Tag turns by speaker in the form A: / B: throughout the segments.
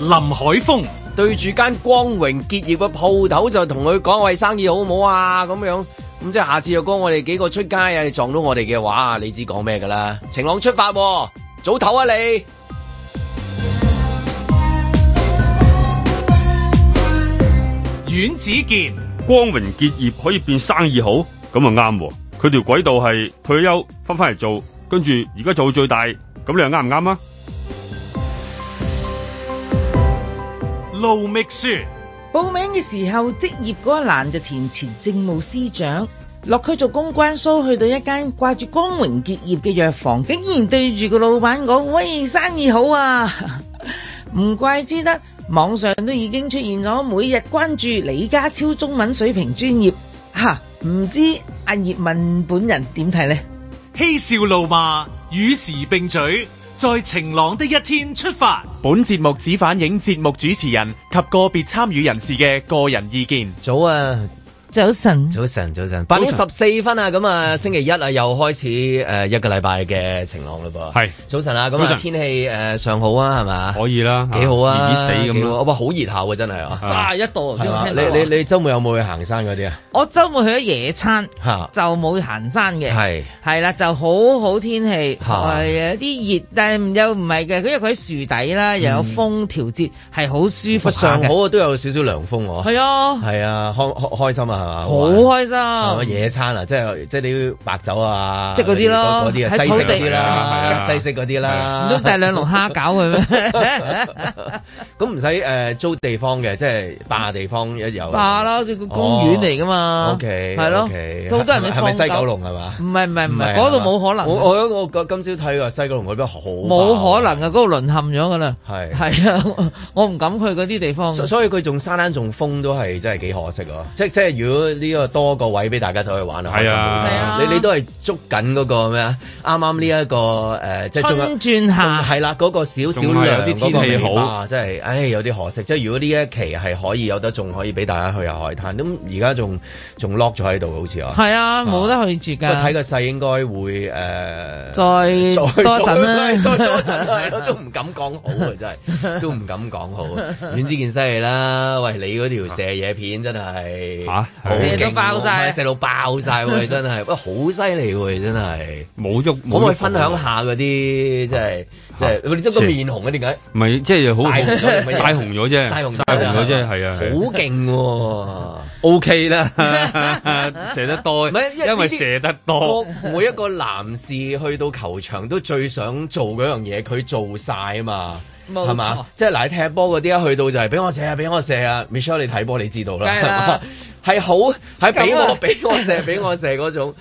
A: 林海峰
B: 對住間光榮結業嘅鋪頭就同佢講：喂，生意好唔好啊？咁樣咁即係下次若果我哋幾個出街啊，撞到我哋嘅話，你知講咩㗎啦？晴朗出發喎，早唞啊你！
A: 阮子健、
C: 光榮結業可以變生意好，咁啊啱喎。佢條軌道係退休翻返嚟做，跟住而家做到最大，咁你又啱唔啱啊？
A: 盧覓雪、
D: 報名嘅時候，職業嗰一欄就填前政務司長。落區做公關 show，去到一間掛住光榮結業嘅藥房，竟然對住個老闆講：喂，生意好啊！ 唔怪之得，網上都已經出現咗每日關注李家超中文水平專業。吓、唔知阿葉問本人點睇呢？
A: 嬉笑怒罵，與時並舉，在晴朗的一天出發。
E: 本節目只反映節目主持人及個別參與人士嘅個人意見。
B: 早啊！
D: 早晨，
B: 早晨，早 晨，八點十四分啊！咁啊，星期一啊，又開始誒、呃一個禮拜嘅晴朗嘞噃。
C: 係
B: 早晨啊！咁
C: 早
B: 啊，
C: 晨
B: 天氣誒、呃尚好啊，係嘛？
C: 可以啦，
B: 幾好啊！
C: 熱熱地
B: 幾
C: 咁
B: 好啊
C: 咯。
B: 哇，好熱下喎，真係啊！
D: 卅一度
B: 係啊嘛你你你週末有冇去行山嗰啲啊？
D: 我周末去咗野餐，
B: 嚇
D: 就冇行山嘅。
B: 係
D: 係啦，就好好天氣，係
B: 嚇
D: 啊有啲熱，但係又唔係嘅，因為佢喺樹底啦，又有風調節，係好舒服
B: 喂
D: 下
B: 上
D: 嘅。
B: 好啊，都有少少涼風喎。
D: 係啊，
B: 係啊，開開開心啊，係嘛？
D: 好
B: 玩
D: 開
B: 係咪
D: 心。
B: 野餐啊？即係即係你要白酒啊，
D: 即係嗰啲咯
B: 嗰啲啊
D: 喺
B: 西
D: 草
B: 式
D: 地啊
B: 嗰啲
C: 係
B: 啦
C: 啊，
B: 西式嗰啲啦
D: 唔。通帶兩籠蝦餃去咩？
B: 咁唔使誒租地方嘅，即係霸地方一有。
D: 霸啦，好似個公園嚟噶嘛。
B: O K，
D: 係咯，
B: 好
D: 好多人去
B: 係咪
D: 放
B: 西九龍係嘛？
D: 唔係唔係唔
B: 唔係
D: 係，嗰度冇可
B: 我
D: 能，
B: 我我今朝睇過西九龍嗰邊好
D: 冇可
B: 爆
D: 能啊！嗰度淪陷咗噶啦。
B: 係
D: 係啊，我我唔敢去嗰啲地方。
B: 所所以佢仲沙灘仲風都係真係幾可惜啊！即即係如果呢個多個位俾大家走去玩啊，開心好多
C: 係
D: 啊
B: 你你都係捉緊嗰個咩啊？啱啱呢一個誒，即係仲有
D: 春轉夏
B: 仲係啦，嗰個少少
C: 仲係有啲
B: 涼嗰個
C: 天氣
B: 尾巴，
C: 好
B: 真係唉有啲可惜。即係如果呢一期係可以有得仲可以俾大家去下海灘，咁而家仲仲 lock 咗喺度好似啊。
D: 係啊，冇得去住
B: 不過睇
D: 㗎。
B: 個勢應該會呃誒。
D: 再
B: 再
D: 嗯多陣啦，
B: 再多陣係咯，都唔敢講好啊，真係 都唔敢講好啊。阮之健犀利啦，喂，你嗰條射嘢片真係
C: 嚇
B: 好勁喎
D: 射到爆晒
B: 唔係射到爆晒喎，真係喂，好犀利喎，真係。
C: 冇喐，
B: 可
C: 冇
B: 唔可
C: 喐
B: 以分享？下嗰啲即係即係你真個面紅啊？點解
C: 唔係即係好
B: 曬紅咗定乜嘢
C: 曬紅咗啫，
B: 曬紅咗
C: 咗啫，係啊
B: 好，勁 喎？
C: O K 啦， 射得多，
B: 唔係因為
C: 因為
B: 呢啲
C: 射得多
D: 哦
B: 個，每一個男士去到球場都最想做嗰樣嘢，佢做晒啊嘛，
D: 冇錯
B: 係嘛？即係嗱，踢波嗰啲一去到就係俾我射啊，俾我射啊！Michelle 你睇波你知道啦，
D: 梗係 啦
B: 係嘛係好係俾
D: 咁
B: 我
D: 啊
B: 俾我射俾我射嗰種。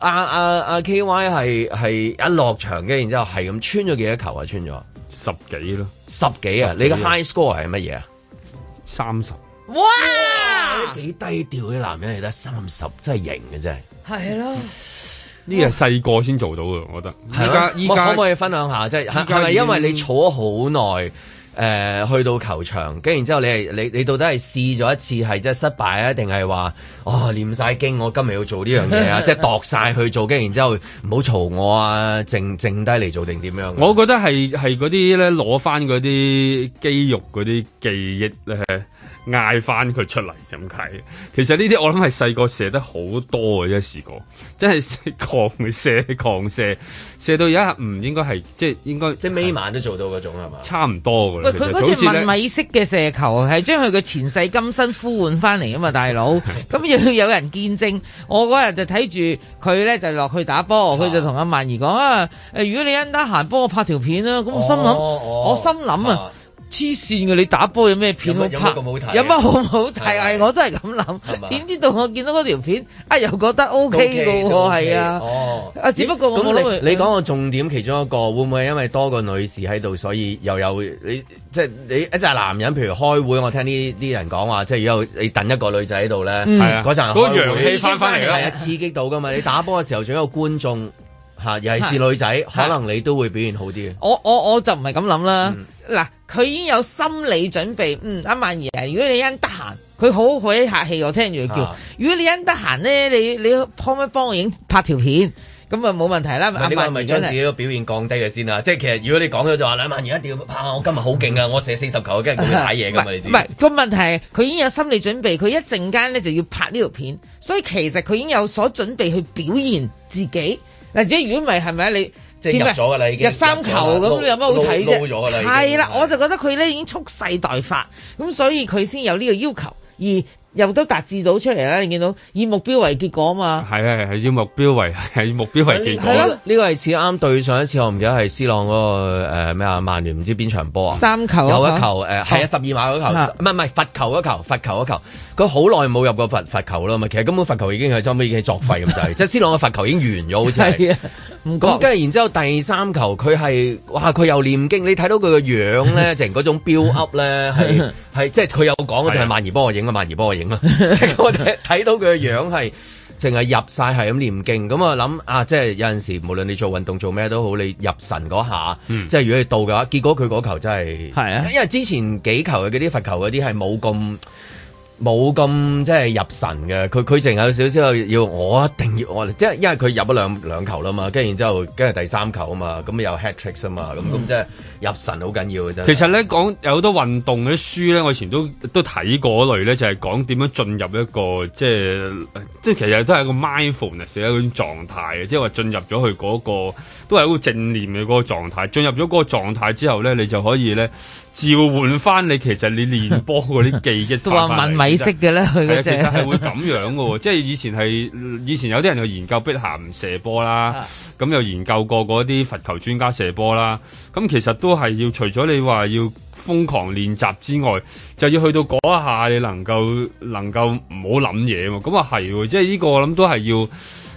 B: 阿阿阿 K Y 係係一落場嘅，然之後係咁穿咗幾多球啊？穿咗
C: 十幾咯，
B: 十幾啊！你嘅
C: 十幾
B: high score 係乜嘢啊？
C: 三十。
D: 哇！
B: 幾低調嘅男人嚟得三十，真係型嘅真係。
D: 係 咯，
C: 呢個係細個先做到嘅，我覺得。
B: 係
C: 依
B: 咯
C: 家依
B: 哦我可
C: 家
B: 唔可以分享下？即係係
C: 依家
B: 係咪
C: 已經
B: 因為你坐咗好耐？誒、去到球場，跟然之後你係你你到底係試咗一次係即係失敗啊，定係話哦念晒經，我今日要做呢樣嘢啊，即係度晒去做，跟然之後唔好嘈我啊，靜靜低嚟做定點樣？
C: 我覺得係係嗰啲咧攞翻嗰啲肌肉嗰啲記憶咧，嗌翻佢出嚟就咁解。其實呢啲我諗係細個射得好多嘅啫，試過真係 狂射狂射，射到有一下唔應該係即係應該
B: 即係尾晚都做到嗰種係嘛？
C: 差唔多㗎啦。
D: 喂，
C: 其
D: 佢
C: 實
D: 嗰
C: 好
D: 隻
C: 似呢
D: 問米式嘅射球係將佢嘅前世今生呼喚翻嚟啊嘛，大佬。咁要有人見證。我嗰日就睇住佢咧就落去打
B: 啊
D: 波，佢就同阿曼兒講啊，誒，如果你一陣得閒幫我拍條片啦。咁我心諗，
B: 哦哦
D: 我心諗啊。黐線嘅，你打波有咩片好
B: 有乜
D: 拍？
B: 有乜咁好睇啊
D: 有乜好唔好睇？
B: 係
D: 係我都係咁諗
B: 嘛。
D: 點知道我見到嗰條片啊，又覺得 O K 嘅
B: 都
D: 喎，
B: OK，
D: 係啊。
B: 哦，
D: 啊只不過我
B: 咁
D: 冇諗佢
B: 你你講個重點其中一個，會唔會因為多個女士喺度，所以又有你即係你一紮男人，譬如開會，我聽呢啲人講話，即係如果有你等一個女仔喺度咧，
D: 嗯
C: 係啊
B: 嗰陣
C: 嗰個陽
D: 氣
B: 翻
D: 返返嚟啦
B: 係啊，刺激到噶嘛！你打波嘅時候，仲有個觀眾嚇，尤其是女仔，可能你都會表現好啲嘅。
D: 我我我就唔係咁諗啦。
B: 嗯
D: 嗱、佢已經有心理準備。嗯，阿曼兒啊，如果你一陣得閒，佢好鬼客氣，我聽住佢叫。
B: 啊
D: 如果你一陣得閒咧，你你可唔可以幫我影拍條片？咁啊冇問題啦。
B: 唔係呢
D: 阿
B: 個係
D: 曼
B: 咪
D: 咪
B: 將自己個表現降低嘅先啊？即係其實如果你講咗就話兩萬而家一定要拍，我今日好勁啊！我射四十球，跟住佢會打嘢㗎啊嘛？你知
D: 唔係個問題係佢已經有心理準備，佢一陣間咧就要拍呢條片，所以其實佢已經有所準備去表現自己。嗱，即係如果唔係係咪啊你？
B: 即係入咗㗎啦已經
D: 入三球
B: 入咗啦
D: 咁，你有乜好睇
B: 撈撈
D: 啫？
B: 咗㗎啦已經
D: 係啦，我就覺得佢咧已經蓄勢待發，咁所以佢先有呢個要求，而又都達至到出嚟啦。你見到以目標為結果嘛？
C: 係係係以目標為係以目標為結
D: 係
C: 果
D: 咯。
B: 啊呢個係似啱對上一次，我唔記得係 C 朗嗰個誒咩啊，曼聯唔知邊場波啊，
D: 三球
B: 有
D: 嗰
B: 一
D: 個
B: 球誒係啊十二碼嗰
D: 啊
B: 球，唔係唔係罰球嗰球，罰球嗰球，佢好耐冇入過罰罰球啦嘛，其實根本罰球已經係差唔多已經係作廢咁滯，即係 C 朗嘅罰球已經完咗好似係。
D: 係啊，唔
B: 咁
D: 講。
B: 跟住然之後第三球佢係哇佢又念經，你睇到佢個樣咧，成嗰種 build up 咧係係即係佢有講就係萬兒幫我影啊，萬兒幫我影啊， 即係我睇睇到佢個樣係。淨係入晒係咁念經，咁我諗啊，即係有陣時無論你做運動做咩都好，你入神嗰下，
C: 嗯
B: 即係如果你到嘅話，結果佢嗰球真係
F: 係啊
B: 因為之前幾球嘅嗰啲罰球嗰啲係冇咁。冇咁即係入神嘅，佢佢淨係有少少要我一定要我，即係因為佢入咗兩兩球啦嘛，跟住然之後跟住第三球啊嘛，咁又 hat trick 啊嘛，咁咁即係入神好緊要嘅真
C: 嗯
B: 係。
C: 其實咧講有好多運動嗰啲書咧，我以前都都睇過嗰類咧，就係講點樣進入一個即係即係其實都係一個 mindfulness 嘅一種狀態嘅，即係話進入咗去嗰、個都係一個正念嘅嗰個狀態。進入咗嗰個狀態之後咧，你就可以咧召喚翻你其實你練波嗰啲記憶
D: 都話
C: 返返嚟
D: 問米式嘅啦，佢
C: 係啊
D: 嗰
C: 其實係
D: 隻
C: 會咁樣嘅 喎，即係以前係以前有啲人去研究碧咸射波啦，咁又研究過嗰啲罰球專家射波啦，咁其實都係要除咗你話要瘋狂練習之外，就要去到嗰一下你能夠能夠唔好諗嘢喎，咁啊係喎，即係呢個我諗都係要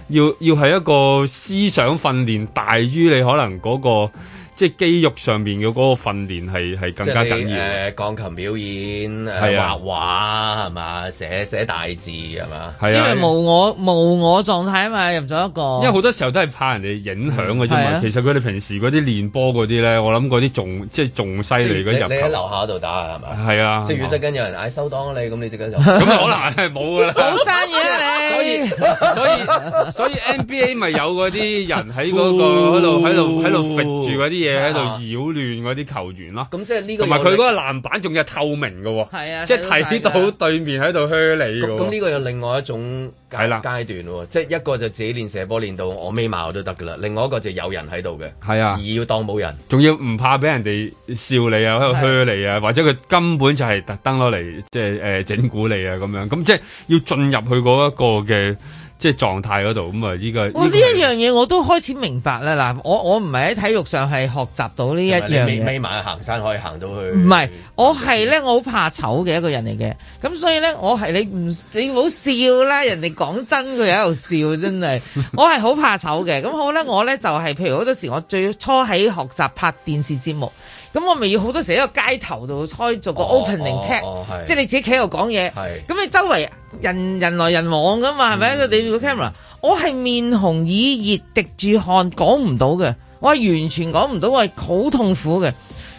C: 要要係一個思想訓練大於你可能嗰、個。即係肌肉上面嘅嗰個訓練係係更加
B: 即係
C: 緊
B: 你呃
C: 要嘅。
B: 誒鋼琴表演，誒
C: 係啊
B: 畫畫係嘛，寫寫大字係嘛。
C: 係
D: 因
C: 啊，
D: 為無我無我狀態啊嘛，入咗一
B: 哦
C: 因為
D: 個。
C: 好多時候都係怕人哋影響嘅啫
D: 係啊
C: 嘛。其實佢哋平時嗰啲練波嗰啲咧，我諗嗰啲仲即係仲犀
B: 即係
C: 利
B: 你
C: 嗰啲
B: 你喺
C: 入球。
B: 樓下度打係嘛？
C: 係啊，
B: 即係如果
C: 咁
B: 真跟有人嗌收檔啊你，咁你即刻就。
C: 可能係冇噶啦。
D: 好生意啊你！
C: 所以所以 NBA 咪有嗰啲人喺嗰
B: 哦
C: 個喺度喺度喺度揈住嗰啲嘢喺度擾亂嗰啲球員咯。
B: 咁即係呢個
C: 同埋
B: 有
C: 佢嗰
B: 力
C: 個籃板仲係透明嘅喎，
D: 係啊
C: 即係睇
D: 睇到
C: 到對面喺度噓你
B: 咁
C: 嘅
B: 咁
C: 喎
B: 呢。個有另外一種階
C: 係啦
B: 階段喎，即係一個就自己練射波練到我眯埋我都得噶啦，另外一個就有人喺度嘅，
C: 係啊
B: 而要當冇人。
C: 仲要唔怕俾人哋笑你啊，喺度噓你啊，或者佢根本就係特登攞嚟即係誒整蠱你啊咁樣，咁即係要進入去嗰一個嘅即係狀態嗰度，咁啊呢個
D: 我
C: 呢
D: 呢
C: 個
D: 一樣嘢我都開始明白啦。嗱，我我唔係喺體育上係學習到呢一
B: 係咪你
D: 樣
B: 眯
D: 嘢，
B: 眯埋行山可以行到去。
D: 唔係我係咧，我好怕醜嘅一個人嚟嘅。咁所以咧，我係你唔你唔好笑啦，人哋講真佢喺度笑，真係我係好怕醜嘅。咁好啦，我咧就係、譬如好多時我最初喺學習拍電視節目，咁我咪要好多時喺個街頭度開做個
B: 哦
D: opening
B: 哦
D: tag，、
B: 哦係
D: 即係你自己企喺度講嘢。
B: 係
D: 咁你周圍人人來人往噶嘛，係咪？你個 camera，我係面紅耳熱，滴住汗，講唔到嘅，我係完全講唔到，我係好痛苦嘅。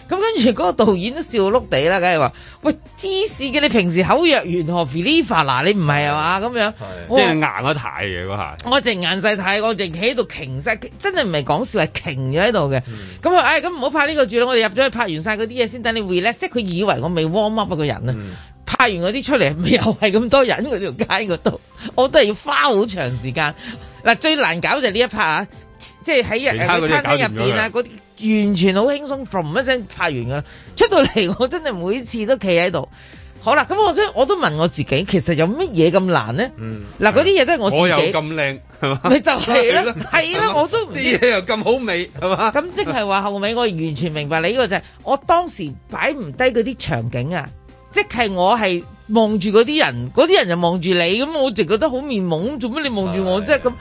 D: 咁跟住嗰個導演都笑碌地啦，梗係話：喂，芝士嘅你平時口若懸河 f i l i f a 嗱，你唔係啊嘛咁樣。
C: 即係
D: 我
C: 硬一太嘅嗰下，
D: 我隻眼細睇，我隻企喺度擎晒，真係唔係講笑，係擎咗喺度嘅。
C: 嗯
D: 咁啊，唉，咁唔好拍呢個住啦，我哋入咗去拍完晒嗰啲嘢先，等你 relax。即係佢以為我未 warm up 啊個人啊，
C: 嗯
D: 拍完嗰啲出嚟，咪又係咁多人嗰條街嗰度，我都係要花好長時間。嗱，最難搞就係呢一 part 啊，即係喺
C: 其
D: 誒
C: 他嗰
D: 個
C: 啲
D: 餐廳入
C: 搞掂咗
D: 邊啊，
C: 啦
D: 嗰啲完全好輕鬆，from 一聲拍完噶啦，出到嚟我真係每次都企喺度。好啦，咁我都我都問我自己，其實有乜嘢咁難呢？嗱，嗰啲嘢都係我自
C: 嗯
D: 己。
C: 我又咁靚係嘛，
D: 咪就係咯，係咯，我都唔
C: 啲
D: 知。
C: 嘢又咁好味係嘛，
D: 咁即係話後尾，我完全明白你呢個就係、我當時擺唔低嗰啲場景啊，即係我係望住嗰啲人，嗰啲人就望住你，咁我就覺得好面懵，做乜你望住我啫？咁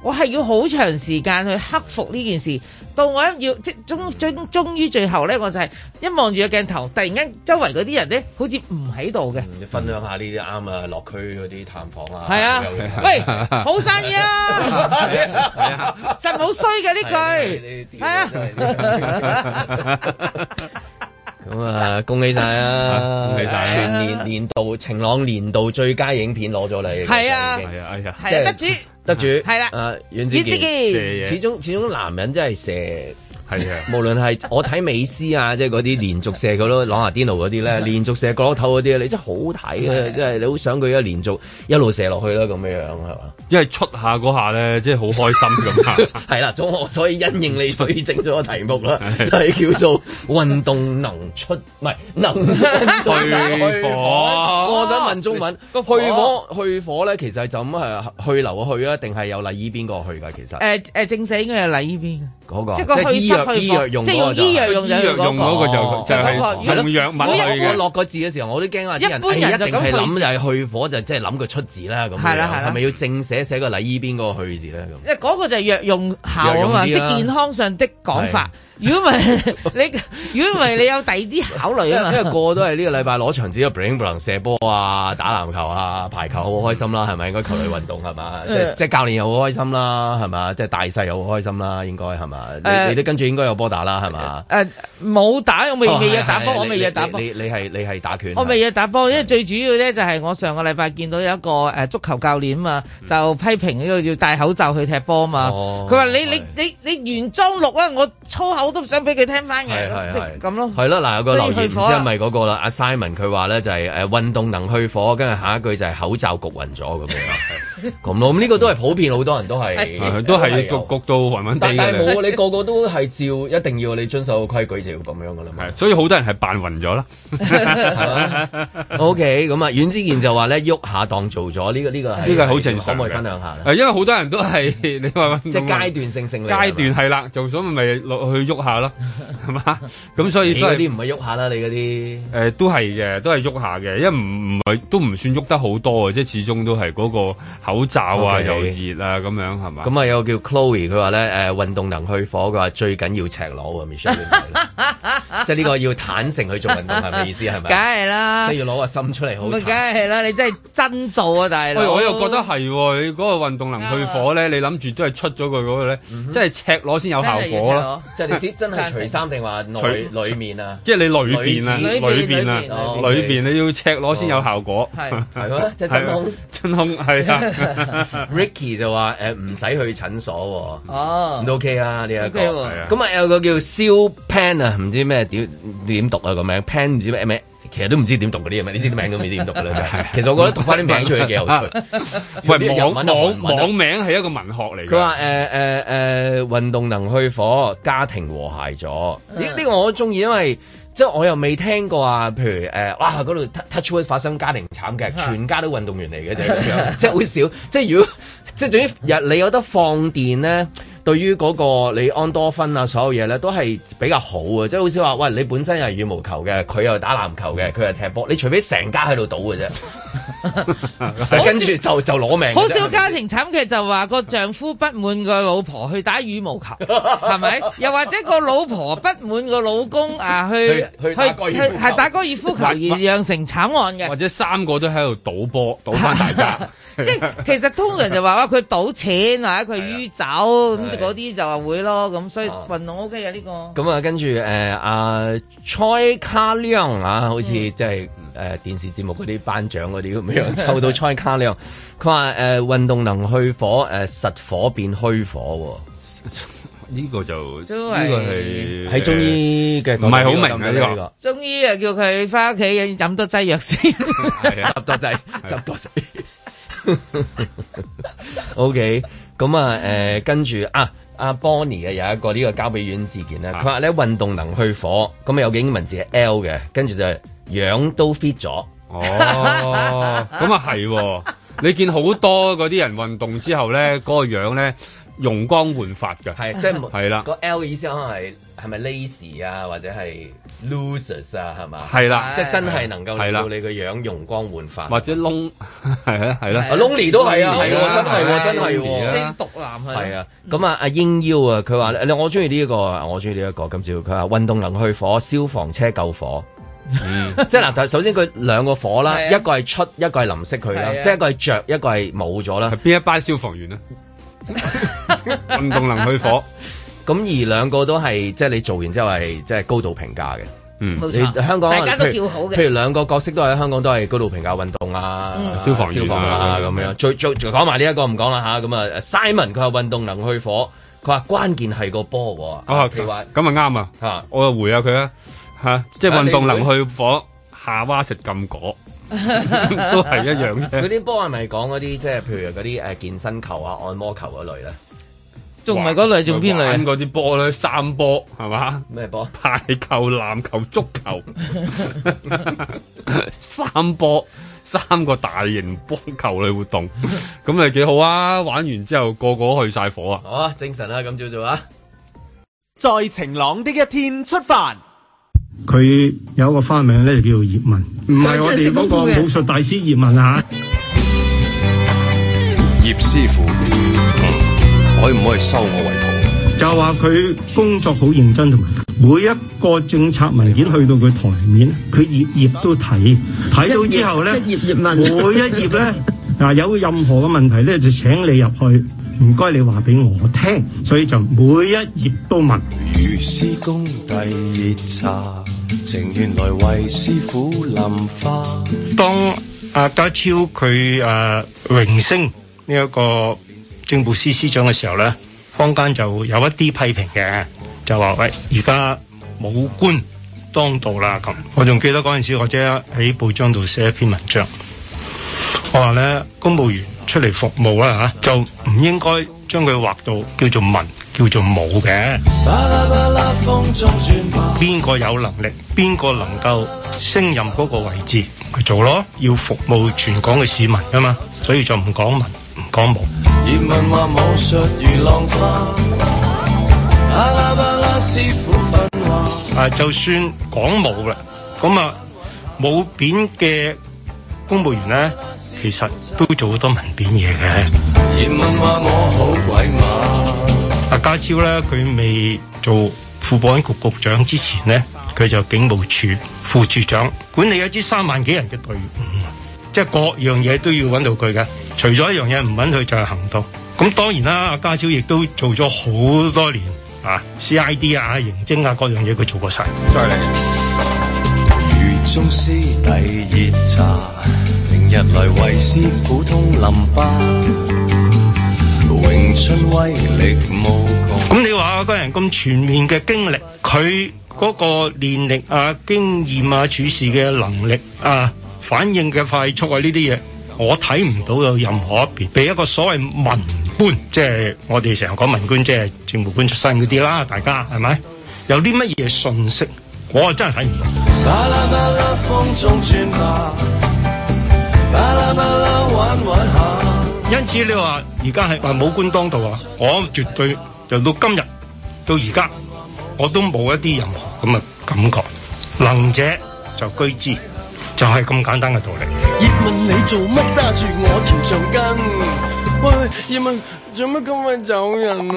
D: 我係要好長時間去克服呢件事，到我一要即終終終於最後呢，我就係一望住個鏡頭，突然間周圍嗰啲人呢，好似唔喺度嘅。
B: 你嗯分享下呢啲啱啊，落區嗰啲探訪啊。
D: 係啊
B: 有嘢，
D: 喂，好生意啊！ 實好衰嘅呢句。
B: 係啊你你咁啊，恭喜晒啊！
C: 恭喜晒
B: 全年年度晴朗年度最佳影片攞咗你。
D: 係啊
B: 已經
C: 係啊，哎呀，
D: 係啊得主
B: 得主
D: 係啦
B: 啊，阮子健
D: 袁志。健
C: 嘅嘢
B: 始終始終男人真係射，
C: 係啊，
B: 無論係我睇美斯啊，即係嗰啲連續射嗰咯，朗拿甸奴嗰啲咧，連續射角落頭嗰啲，啊你真係好睇嘅，真係你好想佢一連續一路射落去啦，咁樣樣係嘛？
C: 因為出下嗰下咧，即係好開心咁 啊！
B: 係啦，總我所以因應你，所以整咗個題目啦，就 係叫做運動能出，唔係能
C: 去火
B: 我想問中文，哦去火去火咧，其實就咁係去流嘅去啊，定係有禮衣邊個去㗎？其實
D: 誒誒，正死應該係嚟呢邊嘅。
B: 嗰個啊
D: 即係個去
B: 醫
D: 濕
B: 藥
D: 去
B: 醫藥用
D: 即係
B: 嗰個
D: 用
B: 就
D: 醫
B: 係
D: 藥用
C: 醫
D: 就
C: 藥用嗰個就就
D: 嗰個
C: 係用藥物
D: 每一
C: 去
B: 我
C: 嘅。
B: 落個字嘅時候，我都驚話啲人
D: 一般人
B: 哎一
D: 就
B: 定係
D: 咁
B: 諗就係去火，就即係諗個出字啦咁樣。
D: 係啦係啦
B: 係咪要正寫寫個禮衣邊嗰個去字咧咁？
D: 因為嗰個就係藥用效啊嘛，
B: 藥用啲
D: 即
B: 啦
D: 係健康上的講法。如果唔係 你，如果唔係你有第二啲考慮
B: 因為因為
D: 啊
B: 個
D: 嘛。
B: 個都係呢個禮拜攞場紙嘅 bling bling 射波啊、打籃球啊、排球，好開心啦，係咪？應該球類運動係 嘛？即
D: 呃
B: 係即係教練又好開心啦，係嘛？即係大細又好開心啦，應該係嘛？你
D: 誒
B: 你都跟住應該有波打啦，係嘛？
D: 誒冇打，呃我未
B: 哦
D: 未
B: 係
D: 約打
B: 係
D: 波，
B: 係
D: 我未
B: 你
D: 約打波
B: 你。你你係你係打拳，
D: 我未約打波，因為最主要咧就係我上個禮拜見到有一個誒足球教練啊嘛，就批評呢個要戴口罩去踢波啊嘛。
B: 哦
D: 佢話你
B: 係
D: 你你你原裝錄啊，我粗口都唔想俾佢聽翻
B: 係
D: 嘅，
B: 係
D: 即
B: 係
D: 係咁咯。
B: 係啦，嗱有個留言
D: 所以
B: 唔
D: 去
B: 知
D: 火啦啊
B: 係咪嗰個啦，阿 Simon 佢話咧就係誒運動能去火，跟住下一句就係口罩焗暈咗咁樣，咁咯，咁呢個都係普遍好多人都 係
C: 係啊都係
B: 有
C: 焗焗到暈暈地
B: 但但係
C: 嘅
B: 冇啊！你個個都係照一定要你遵守規矩就要咁樣噶啦嘛
C: 係，。所以好多人係扮暈咗啦。
B: O K，咁啊，阮之健就話咧喐下當做咗呢 個呢個係啊
C: 呢個係好正常
B: 可唔可以
C: 嘅
B: 分享下咧？
C: 誒，因為好多人都係 你話
B: 即係階段性勝利
C: 階段係啦，就所以咪落去喐 下咯，係嘛？咁所
B: 你
C: 以都
B: 嗰
C: 係
B: 啲唔係喐下啦，你嗰啲
C: 誒、都係嘅，都係喐下嘅，因為唔唔係都唔算喐得好多嘅，即係始終都係嗰個口罩啊
B: OK
C: 又熱啊咁樣係嘛？
B: 咁啊有個叫 Chloe 佢話咧誒運動能去火，佢話最緊要赤裸啊 Michelle，你明唔明 啊即係呢個要坦誠去做運動係咪意思係
D: 梗
B: 咪？
D: 係啦
B: 即係，要攞個心出嚟好
C: 啊
D: 咪
B: 坦
D: 梗係啦，你真係真做啊，大
C: 喂，
D: 佬！
C: 哎我又覺得係喎，你嗰個運動能
B: 啊
C: 去火咧，你諗住都係出咗佢嗰個咧，
B: 嗯
C: 即係赤裸先有效
D: 真係要
C: 果
D: 赤
C: 啦，
D: 裸。
B: 即係你先真係除衫定話內
C: 除
B: 裏面啊？
C: 即係你裏邊啊，
B: 裏
D: 邊
C: 裏邊啊
D: 裏邊，
B: 哦
C: 裏邊你要赤裸先有效果，
D: 係
B: 係咩？即係
C: 啊
B: 真空。
C: 真空係 啊，
B: Ricky 就話誒唔使去診所喎，
D: 哦
B: 唔都 OK 啦呢一個
D: OK 喎
C: 係啊。
B: 咁啊有個叫 Seal Pan 啊，唔知咩點點讀啊個名 Pan 唔知咩咩。其實都唔知點讀嗰啲嘢，你知啲名都唔知點讀㗎啦。真係其實我覺得讀翻啲名出去幾有趣。
C: 喂，
B: 有
C: 網
B: 啲人揾
C: 網
B: 啊
C: 網名係一個文學嚟㗎。
B: 佢話誒誒誒運動能去火，家庭和諧咗。
D: 嗯
B: 呢呢個我好中意，因為即係我又未聽過啊。譬如誒，哇嗰度 touch wood 發生家庭慘劇，全家都運動員嚟嘅就係咁樣，即 係好少。即係如果 即係總之日你有得放電咧。對於嗰個你安多芬啊，所有嘢咧都係比較好嘅，即係好少話，喂，你本身又係羽毛球嘅，佢又打籃球嘅，
D: 嗯
B: 佢又踢波，你除非成家喺度賭 嘅啫，就跟住就就攞命嘅啫。
D: 好少家庭慘劇就話個丈夫不滿個老婆去打羽毛球，係咪？又或者個老婆不滿個老公啊去
B: 去去打高爾夫球
D: 係打高爾夫球而釀成慘案
C: 或
D: 嘅。
C: 者三個都喺度賭波，賭翻大家。
D: 即 係其實通常就話哇佢賭錢或者佢酗酒咁就嗰啲就話會咯，咁所以
B: 啊
D: 運動 O K 嘅呢個。
B: 咁啊，跟住誒阿蔡卡亮啊，好似
C: 嗯
B: 即係誒電視節目嗰啲頒獎嗰啲 咁樣，抽到蔡卡亮，佢話誒運動能去火，誒、呃實火變虛火
C: 呢個就呢
D: 都
C: 個
D: 係
C: 係
B: 喎，喺中醫嘅角度
C: 唔係好明啊
B: 呢個
C: 呢個
B: 呢
D: 中醫啊叫佢翻屋企飲多劑藥先，
C: 係啊
B: 個執多劑，執多劑。O K，咁啊誒，跟住啊。阿 Bonnie 啊，有一個呢個交俾阮志健啊
C: 啊
B: 啦，佢話咧運動能去火，咁啊有幾英文字係 L 嘅，跟住就係樣都 fit 咗。
C: 哦，咁啊係喎，你見好多嗰啲人運動之後咧，嗰、個樣咧容光煥發㗎。
B: 係啊即係
C: 係啦
B: 個 L 嘅意思可能係係咪 lazy 啊，或者係 losers 啊，係嘛？
C: 係啦
B: 即係真係能夠
C: 係
B: 令
C: 啦
B: 到你個樣容光煥發。
C: 或者窿 係啦係啦
B: 啊，lonely 都係啊，係
D: Lonely
B: 喎，真係
D: 啊
B: 喎，真係
C: Lonely
B: 喎
C: 啊。嗯
D: 精毒男
B: 係啊，咁啊，阿英腰啊，佢話咧，我中意呢一個啊，我中意呢一個。今朝佢話運動能去火，消防車救火。
C: 嗯
B: 即係嗱，但係首先佢兩個火啦，
D: 係啊
B: 一個係出，一個係淋熄佢啦，
D: 係啊
B: 即係一個係着，一個係冇咗啦
C: 係。邊一班消防員啊？運動能去火，
B: 咁而兩個都係即係你做完之後係即係高度評價嘅。
C: 嗯
D: 冇錯，
B: 你香港啊
D: 大家都
B: 譬如
D: 叫好嘅
B: 譬。如兩個角色都喺香港都係嗰度評價運動啊、
D: 嗯
C: 消防員
B: 消
C: 啊
B: 防啊咁樣。最最講埋呢一個唔講啦嚇，咁啊 Simon 佢話運動能去火，佢話關鍵係個波喎。
C: 啊，
B: 譬如話
C: 咁啊啱啊，
B: 嚇，
C: 我又回下佢啊，吓，即係
B: 啊
C: 運動
B: 你
C: 能去火，夏娃食禁 果，都係一樣
B: 嗰
C: 啫。
B: 啲波係咪講嗰啲即係譬如嗰啲誒健身球啊、按摩球嗰類咧？
D: 仲唔係嗰類，仲邊類
C: 玩
D: 啊？
C: 嗰啲波咧，三波係嘛？
B: 咩波？
C: 排球、籃球、足球， 三波三個大型波球類活動，咁咪幾好啊！玩完之後個個去晒火啊！
B: 好啊，精神啦，咁朝早啊！
E: 在晴朗的一天出發。
F: 佢有一個花名咧，就叫做葉問，唔係我哋嗰個武術大師葉問啊。
G: 葉師傅，嗯可唔可以收我為徒？
F: 就話佢工作好認真，同埋每一個政策文件去到佢台面，佢頁頁都睇，睇到之後咧，
H: 一頁頁問
F: 每一頁 咧，嗱有任何嘅問題咧，就請你入去，唔該你話俾我聽，所以就每一頁都問。
G: 如師公遞熱茶，情願來為師傅淋花。
F: 當阿啊家超佢誒榮升呢一個政務司司長嘅時候咧，坊間就有一啲批評嘅，就話喂而家武官當道啦咁。我仲記得嗰陣時，我即刻喺報章度寫一篇文章，我話咧公務員出嚟服務啦嚇，就唔應該將佢劃到叫做文叫做武嘅。
G: 巴啦巴啦，風中轉吧。
F: 邊個有能力，邊個能夠升任嗰個位置，佢做咯，要服務全港嘅市民噶嘛，所以就唔講文，唔講武。
G: 葉問話武術如浪花，巴啦巴啦，師傅訓話。
F: 啊，就算講武啦，咁啊，冇扁嘅公務員咧，其實都做好多文扁嘢嘅。
G: 葉問話我好鬼馬。
F: 阿啊家超咧，佢未做副保安局局長之前咧，佢就警務處副處長，管理一支三萬幾人嘅隊伍，即係各樣嘢都要揾到佢嘅。除咗一樣嘢唔揾佢就係行動。咁當然啦，阿家超亦都做咗好多年啊，CID 啊、刑偵啊各樣嘢佢做過晒。
C: 犀利！
G: 如宗師遞熱茶，明日來為師傅通淋巴。詠春威力無窮。
F: 咁你話個人咁全面嘅經歷，佢嗰個年齡啊、經驗啊、處事嘅能力啊、反應嘅快速啊呢啲嘢，我睇唔到有任何一邊俾一個所謂文官，即係我哋成日講文官，即係政務官出身嗰啲啦，大家係咪有啲乜嘢信息？我真係睇唔到。
G: 巴啦巴啦，風中轉吧，巴啦巴啦，玩玩下。
F: 因此你話而家係話武官當道啊，我絕對由到今日到而家，我都冇一啲任何咁嘅感覺。能者就居之，就係、咁簡單嘅道理。
G: 葉問你做乜揸住我條橡筋？喂，葉問做乜咁快走人啊？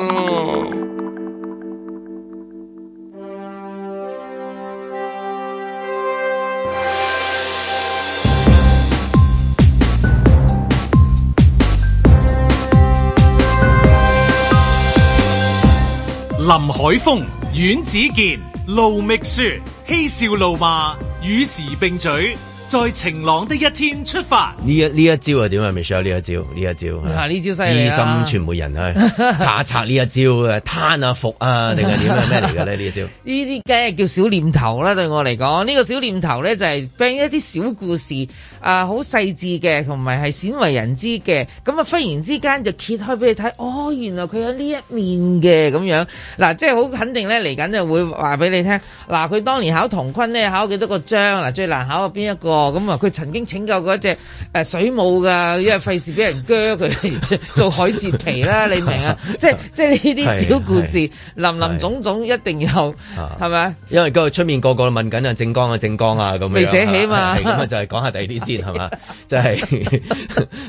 A: 林海峰、阮子健、盧覓雪，嬉笑怒罵，與時並舉，在晴朗的一天出發。
B: 呢一呢一招係點啊？Michelle 呢一招，呢一招
D: 啊呢招犀利
B: 資
D: 啊
B: 深傳媒人啊，查一查呢一招啊，攤啊服啊，定係點啊？咩嚟嘅咧？呢一招
D: 呢啲梗係叫小念頭啦，對我嚟講，呢、個小念頭呢，就係、將一啲小故事啊，好細緻嘅，同埋係鮮為人知嘅，咁啊忽然之間就揭開俾你睇，哦，原來佢有呢一面嘅咁啊樣，嗱、即係好肯定呢，嚟緊就會話俾你聽，嗱、佢當年考童軍呢，考幾多個章，嗱、最難考係邊一個，咁啊佢曾經拯救過一隻誒水母㗎，因為費事俾人鋸佢做海蜇皮啦，你明啊？即係即係呢啲小故事，林林總總一定有。
B: 啊
D: 係咪？
B: 因為嗰度出面個個都問緊啊，正光啊，正光啊咁樣。
D: 未寫起嘛
B: 係咁啊就係講下第二啲先係嘛，即係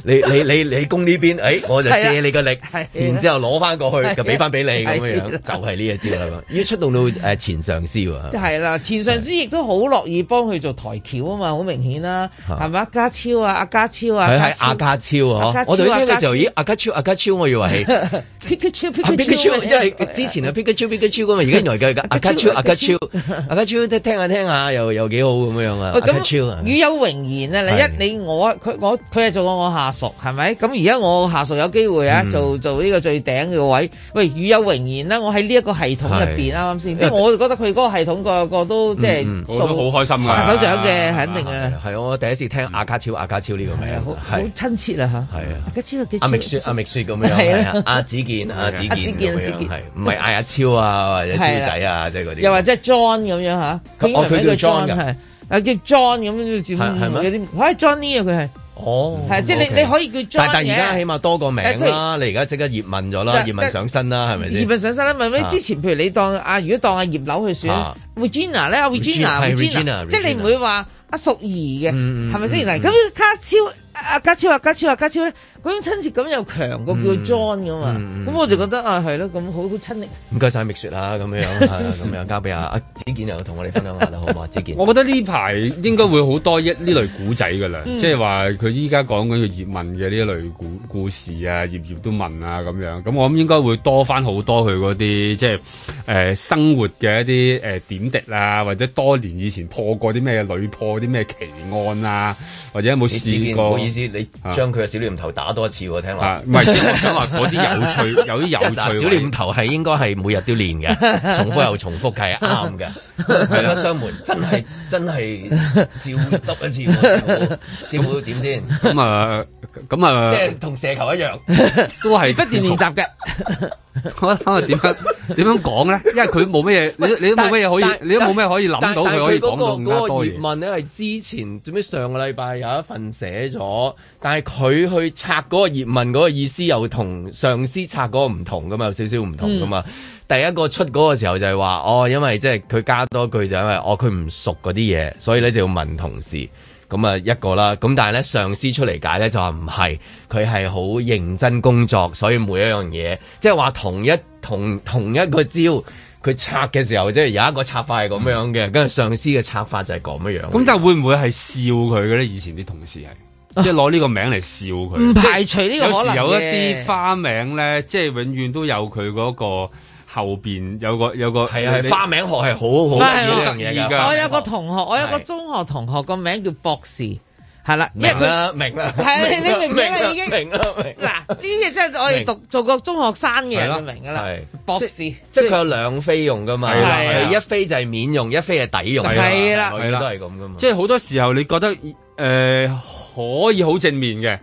B: 你你你你攻呢邊，誒我就借你個力
D: 係啊，
B: 然之後攞翻過
D: 係啊
B: 去就俾翻俾你咁樣樣，
D: 係啊
B: 就係呢一招啦。咁要出動到誒前上司喎。
D: 係啦，前上司亦都好樂意幫佢做台橋啊嘛，好明明顯啦，係咪？家超啊，阿家超啊，
B: 佢
D: 家
B: 係
D: 超
B: 阿家超
D: 阿
B: 啊！
D: 家超
B: 我哋聽嘅時候，
D: 阿家超
B: 咦，阿家超，阿家超，我以為係啊 Pikachu，即
D: Pikachu Pikachu，
B: 係之前係 Pikachu Pikachu 咁嘛，而家原來佢係阿家超，阿家超，阿家超，聽下聽下又又幾好咁樣啊！阿
D: 喂
B: 家超
D: 咁
B: 啊，
D: 與有榮言啊！
B: 係
D: 你一你我佢我佢係做過我下屬係咪？咁而家我下屬有機會啊，
B: 嗯
D: 做做呢個最頂嘅位。喂，與有榮言啦！我喺呢一個系統入邊
B: 係
D: 啱啱先，即係我就覺得佢嗰個系統個個都即
B: 嗯
D: 係
C: 我都好開心㗎
D: 拍手掌嘅，肯定啊，
B: 係我第一次聽阿家超，阿家超呢個
D: 係啊好
B: 名，
D: 好
B: 係
D: 親切啊嚇！
B: 係啊。
D: 阿家超幾
B: 阿明雪，阿明雪咁樣，
D: 係啊
B: 係啊，阿子健，阿子健
D: 子健
B: 咁
D: 子
B: 樣，
D: 健
B: 係唔係嗌阿超啊，或者超
D: 係啦
B: 仔啊，即係嗰啲。
D: 又或者 John 咁樣嚇，
B: 佢哦
D: 英文名
B: 佢叫 John 㗎
D: 係啊叫 John 咁佔
B: 係係咩
D: 有啲，係 Johnny 啊佢係。
B: 哦，
D: 係即係
B: OK
D: 你你可以叫 John
B: 但但而家
D: 嘅
B: 起碼多個名
D: 誒即
B: 啦，
D: 係
B: 你而家即刻葉問咗啦，
D: 但
B: 葉問上身啦，係咪
D: 葉
B: 先？
D: 問上身啦，咪咪
B: 啊
D: 之前譬如你當啊，如果當阿葉劉去選
B: 啊
D: Regina 咧，阿
B: Regina，係 Regina，
D: Regina，Regina，即係你
B: Regina
D: 唔會話阿淑儀嘅，
B: 嗯嗯
D: 係咪
B: 嗯
D: 先？嗱，咁家超阿家超阿家超阿家超咧，嗰種親切感又強過叫
B: 嗯
D: John 噶嘛，咁我就覺得啊係咯，咁好好親力。
B: 唔該晒蜜雪啦，咁樣 係啊咁樣交俾阿阿子健又同我哋分享下啦，好唔好啊？子健，
C: 我覺得呢排應該會好多一呢類古仔㗎
B: 嗯
C: 啦，即係話佢依家講緊佢葉問嘅呢一類故故事啊，葉葉都問啊咁樣，咁我諗應該會多翻好多佢嗰啲即係誒、呃生活嘅一啲誒、呃、點滴啊，或者多年以前破過啲咩屢破啲咩奇案啊，或者有冇
B: 你子健
C: 試
B: 唔好
C: 過
B: 意思，你將佢嘅小念頭打多一次喎，聽落。
C: 啊？唔係，即係我想話嗰啲 有趣，有啲有
B: 即係嗱
C: 趣
B: 小
C: 位。
B: 念頭係應該係每日都練 嘅，重複又重複 係啱嘅。上一雙門真 係真係照得一次喎，照照顧點 先？
C: 咁啊，咁啊，
B: 即係同射球一樣。
C: 都係
D: 不斷練 習嘅，
C: 我諗下點樣 點樣講咧？因為佢冇咩嘢，你你都冇咩嘢可
B: 但
C: 以，你都冇咩可以諗
B: 但
C: 到
B: 但
C: 佢可以講
B: 嗰
C: 到
B: 個
C: 更
B: 嗰
C: 加
B: 個
C: 多
B: 葉
C: 嘢。
B: 問咧係之前做咩上個禮拜有一份寫咗，但係佢去拆嗰個葉問嗰個意思又同上司拆嗰個唔同噶嘛，有少少唔同噶嘛。
C: 嗯
B: 第一個出嗰個時候就係話，哦，因為即係佢加多句就因為哦佢唔熟嗰啲嘢，所以咧就要問同事。咁啊一個啦，咁但係咧上司出嚟解咧就話唔係，佢係好認真工作，所以每一樣嘢即係話同一同同一個招，佢拆嘅時候即係有一個拆法係咁樣嘅，跟住上司嘅拆法就係咁樣。
C: 咁但係會唔會係笑佢嘅咧？以前啲同事
B: 啊
C: 係即係攞呢個名嚟笑
D: 唔
C: 佢。
D: 排除呢個
C: 有
D: 可能
C: 時有一啲
D: 嘅。
C: 花名咧，即係永遠都有佢嗰個後邊有個有個
B: 係啊，係
C: 你
B: 花名學係好好
D: 花
B: 得
D: 名學
B: 意呢樣嘢
C: 得意
B: 㗎。
C: 㗎
D: 我哦有個同學，我有個
B: 係
D: 中學同學個名叫博士，係啦，因為
B: 明
D: 佢
B: 啦，明啦，
D: 係你你明
B: 啦
D: 啦已經
B: 明啦，明啦
D: 嗱呢啲嘢真係我哋讀做過中學生嘅人就明㗎啦
B: 係，
D: 博士。
B: 即係佢有兩飛用噶嘛，
C: 係啦
D: 係啦
B: 佢一飛就係免用，一飛係抵用㗎嘛，
D: 係啦
B: 永遠都係咁噶嘛。
C: 即係好多時候，你覺得誒、呃可以好正面嘅，